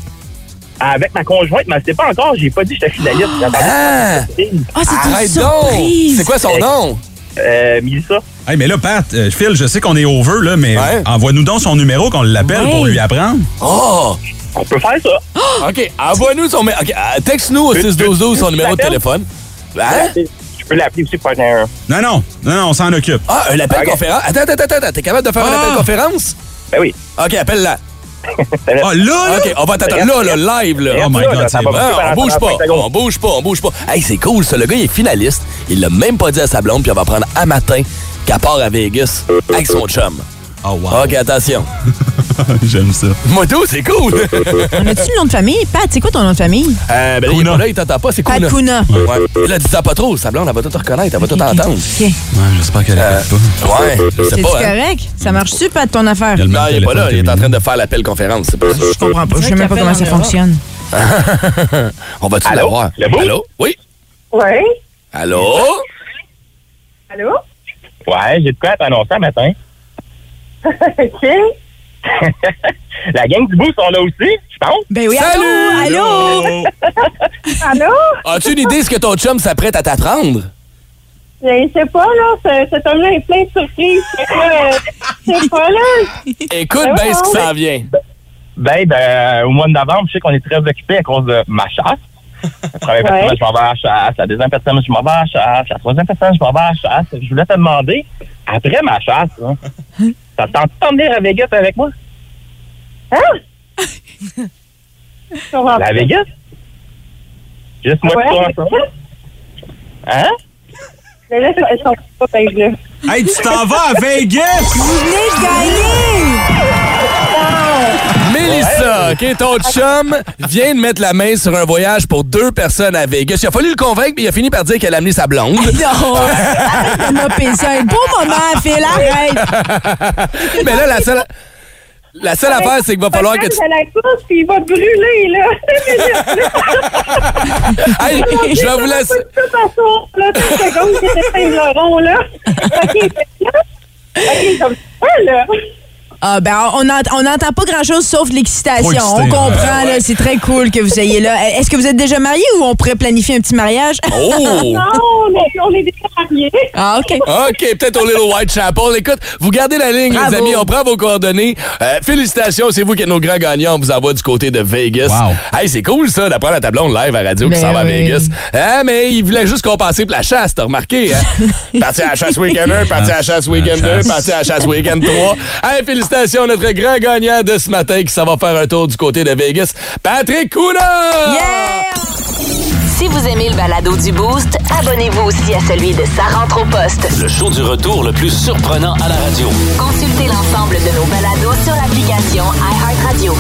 Speaker 12: Avec ma conjointe, mais c'est pas encore, j'ai pas dit que j'étais finaliste.
Speaker 3: Ah!
Speaker 12: Ah,
Speaker 3: Arrête surprise! donc! C'est quoi son nom?
Speaker 12: Euh, Milissa.
Speaker 3: Hey, mais là, Pat, euh, Phil, je sais qu'on est over, là, mais envoie-nous donc son numéro qu'on l'appelle
Speaker 12: Ouais.
Speaker 3: pour lui apprendre.
Speaker 24: Eh.
Speaker 8: Oh!
Speaker 12: On peut faire ça.
Speaker 8: OK, envoie-nous son... OK, euh, texte-nous au 612 son numéro de téléphone. Hein?
Speaker 12: Je peux l'appeler aussi pour faire un...
Speaker 3: Non, non, non, non, on s'en occupe.
Speaker 8: Ah, un appel
Speaker 3: Ok.
Speaker 8: conférence. Attends, attends, attends, attends. T'es capable de faire un appel conférence?
Speaker 12: Ben oui.
Speaker 8: OK, appelle-la.
Speaker 12: Ah,
Speaker 8: là, là? OK, on va t'attendre. Là, là, live, là.
Speaker 3: Oh my God, c'est bon.
Speaker 8: Ah, On bouge pas, on bouge pas, on bouge pas. Hey, c'est cool, ça. Le gars, il est finaliste. Il l'a même pas dit à sa blonde, puis on va prendre à matin qu'à part à Vegas avec son chum.
Speaker 3: Oh, wow.
Speaker 8: OK, attention.
Speaker 3: J'aime ça.
Speaker 8: Moto, c'est cool.
Speaker 4: On a-tu le nom de famille? Pat, c'est quoi ton nom de famille?
Speaker 8: Euh, ben, là, il est pas là, il t'entend pas, c'est
Speaker 4: Pat
Speaker 8: Kuna.
Speaker 4: Kuna.
Speaker 8: Ouais. Là, dis-en pas trop, sa blonde, elle va tout te reconnaître, elle va tout entendre.
Speaker 4: OK.
Speaker 3: j'espère qu'elle
Speaker 8: écoute pas. Ouais, je sais
Speaker 4: C'est-tu
Speaker 8: pas. hein.
Speaker 4: correct? Ça marche-tu, Pat, ton affaire?
Speaker 8: Non, Ah, il est pas là, il est en train de faire l'appel conférence, c'est pas ça. Je
Speaker 4: comprends Je sais même pas comment ça fonctionne.
Speaker 8: On va-tu la voir? Allô? Oui?
Speaker 20: Oui?
Speaker 8: Allô?
Speaker 20: Allô?
Speaker 12: Ouais, j'ai de quoi à t'annoncer un matin.
Speaker 20: OK.
Speaker 12: La gang du bout sont là aussi, je pense.
Speaker 4: Ben oui,
Speaker 8: Salut!
Speaker 4: allô?
Speaker 8: Allô?
Speaker 20: Allô?
Speaker 8: As-tu une idée ce que ton chum s'apprête à t'apprendre?
Speaker 20: Je sais pas, là. ce- Cet homme-là est plein de surprises. Fait que, euh, Je sais pas, là.
Speaker 8: Écoute bien ce qui s'en vient.
Speaker 12: Ben, ben, au mois de novembre, je sais qu'on est très occupé à cause de ma chasse. La première
Speaker 20: Ouais.
Speaker 12: personne, je m'en vais à la chasse. La deuxième personne, je m'en vais à la chasse. La troisième personne, je m'en vais à la chasse. Je voulais te demander, après ma chasse, hein, là, ça te tente de venir à Vegas avec moi?
Speaker 20: Hein? Je comprends
Speaker 12: La
Speaker 20: pas.
Speaker 12: Vegas? Juste moi et toi
Speaker 20: Ouais.
Speaker 12: ensemble? Hein?
Speaker 20: Mais là, je je comprends pas, ben, là.
Speaker 3: Hey, tu t'en vas à Vegas!
Speaker 20: Vous venez de gagner!
Speaker 8: Mélissa, OK, ton chum vient de mettre la main sur un voyage pour deux personnes à Vegas. Il a fallu le convaincre, mais il a fini par dire qu'elle a amené sa blonde.
Speaker 4: Non! On a payé ça. Un beau moment, Phil, arrête!
Speaker 8: mais là, la seule, la seule
Speaker 20: Ah,
Speaker 8: affaire, c'est qu'il va falloir que tu...
Speaker 20: la course, puis il va brûler, là.
Speaker 8: Hey, je vais vous laisser...
Speaker 20: De toute façon, là, 30 secondes, c'était plein de leurons, là. OK, là. OK, comme ça, là.
Speaker 4: Ah ben on n'entend on n'entend pas grand-chose sauf
Speaker 20: Trop
Speaker 4: l'excitation.
Speaker 20: excité, hein.
Speaker 4: On
Speaker 20: ouais.
Speaker 4: comprend, là, c'est très cool que vous soyez là. Est-ce que vous êtes déjà mariés ou on pourrait planifier un petit mariage?
Speaker 20: Ah.
Speaker 8: Oh!
Speaker 20: Non, mais on est déjà mariés.
Speaker 4: Ah, OK.
Speaker 8: OK, peut-être au Little Whitechapel. Écoute, vous gardez la ligne,
Speaker 20: Bravo.
Speaker 8: les amis. On prend vos coordonnées. Euh, félicitations, c'est vous qui êtes nos grands gagnants. On vous envoie du côté de Vegas. Hey, c'est cool, ça, d'apprendre à tableau live à radio qui
Speaker 25: Ben
Speaker 8: s'en va à
Speaker 25: oui.
Speaker 8: Vegas. Hein, mais il voulait juste compenser pour la chasse, t'as remarqué, hein? parti à la chasse week-end 1, parti à la chasse week-end 2, parti à la chasse week-end 3. Hey, félicitations, à notre grand gagnant de ce matin qui s'en va faire un tour du côté de Vegas, Patrick Couna!
Speaker 20: Ah.
Speaker 6: Si vous aimez le balado du Boost, abonnez-vous aussi à celui de Sa rentre au poste.
Speaker 2: Le show du retour le plus surprenant à la radio.
Speaker 6: Consultez l'ensemble de nos balados sur l'application iHeartRadio.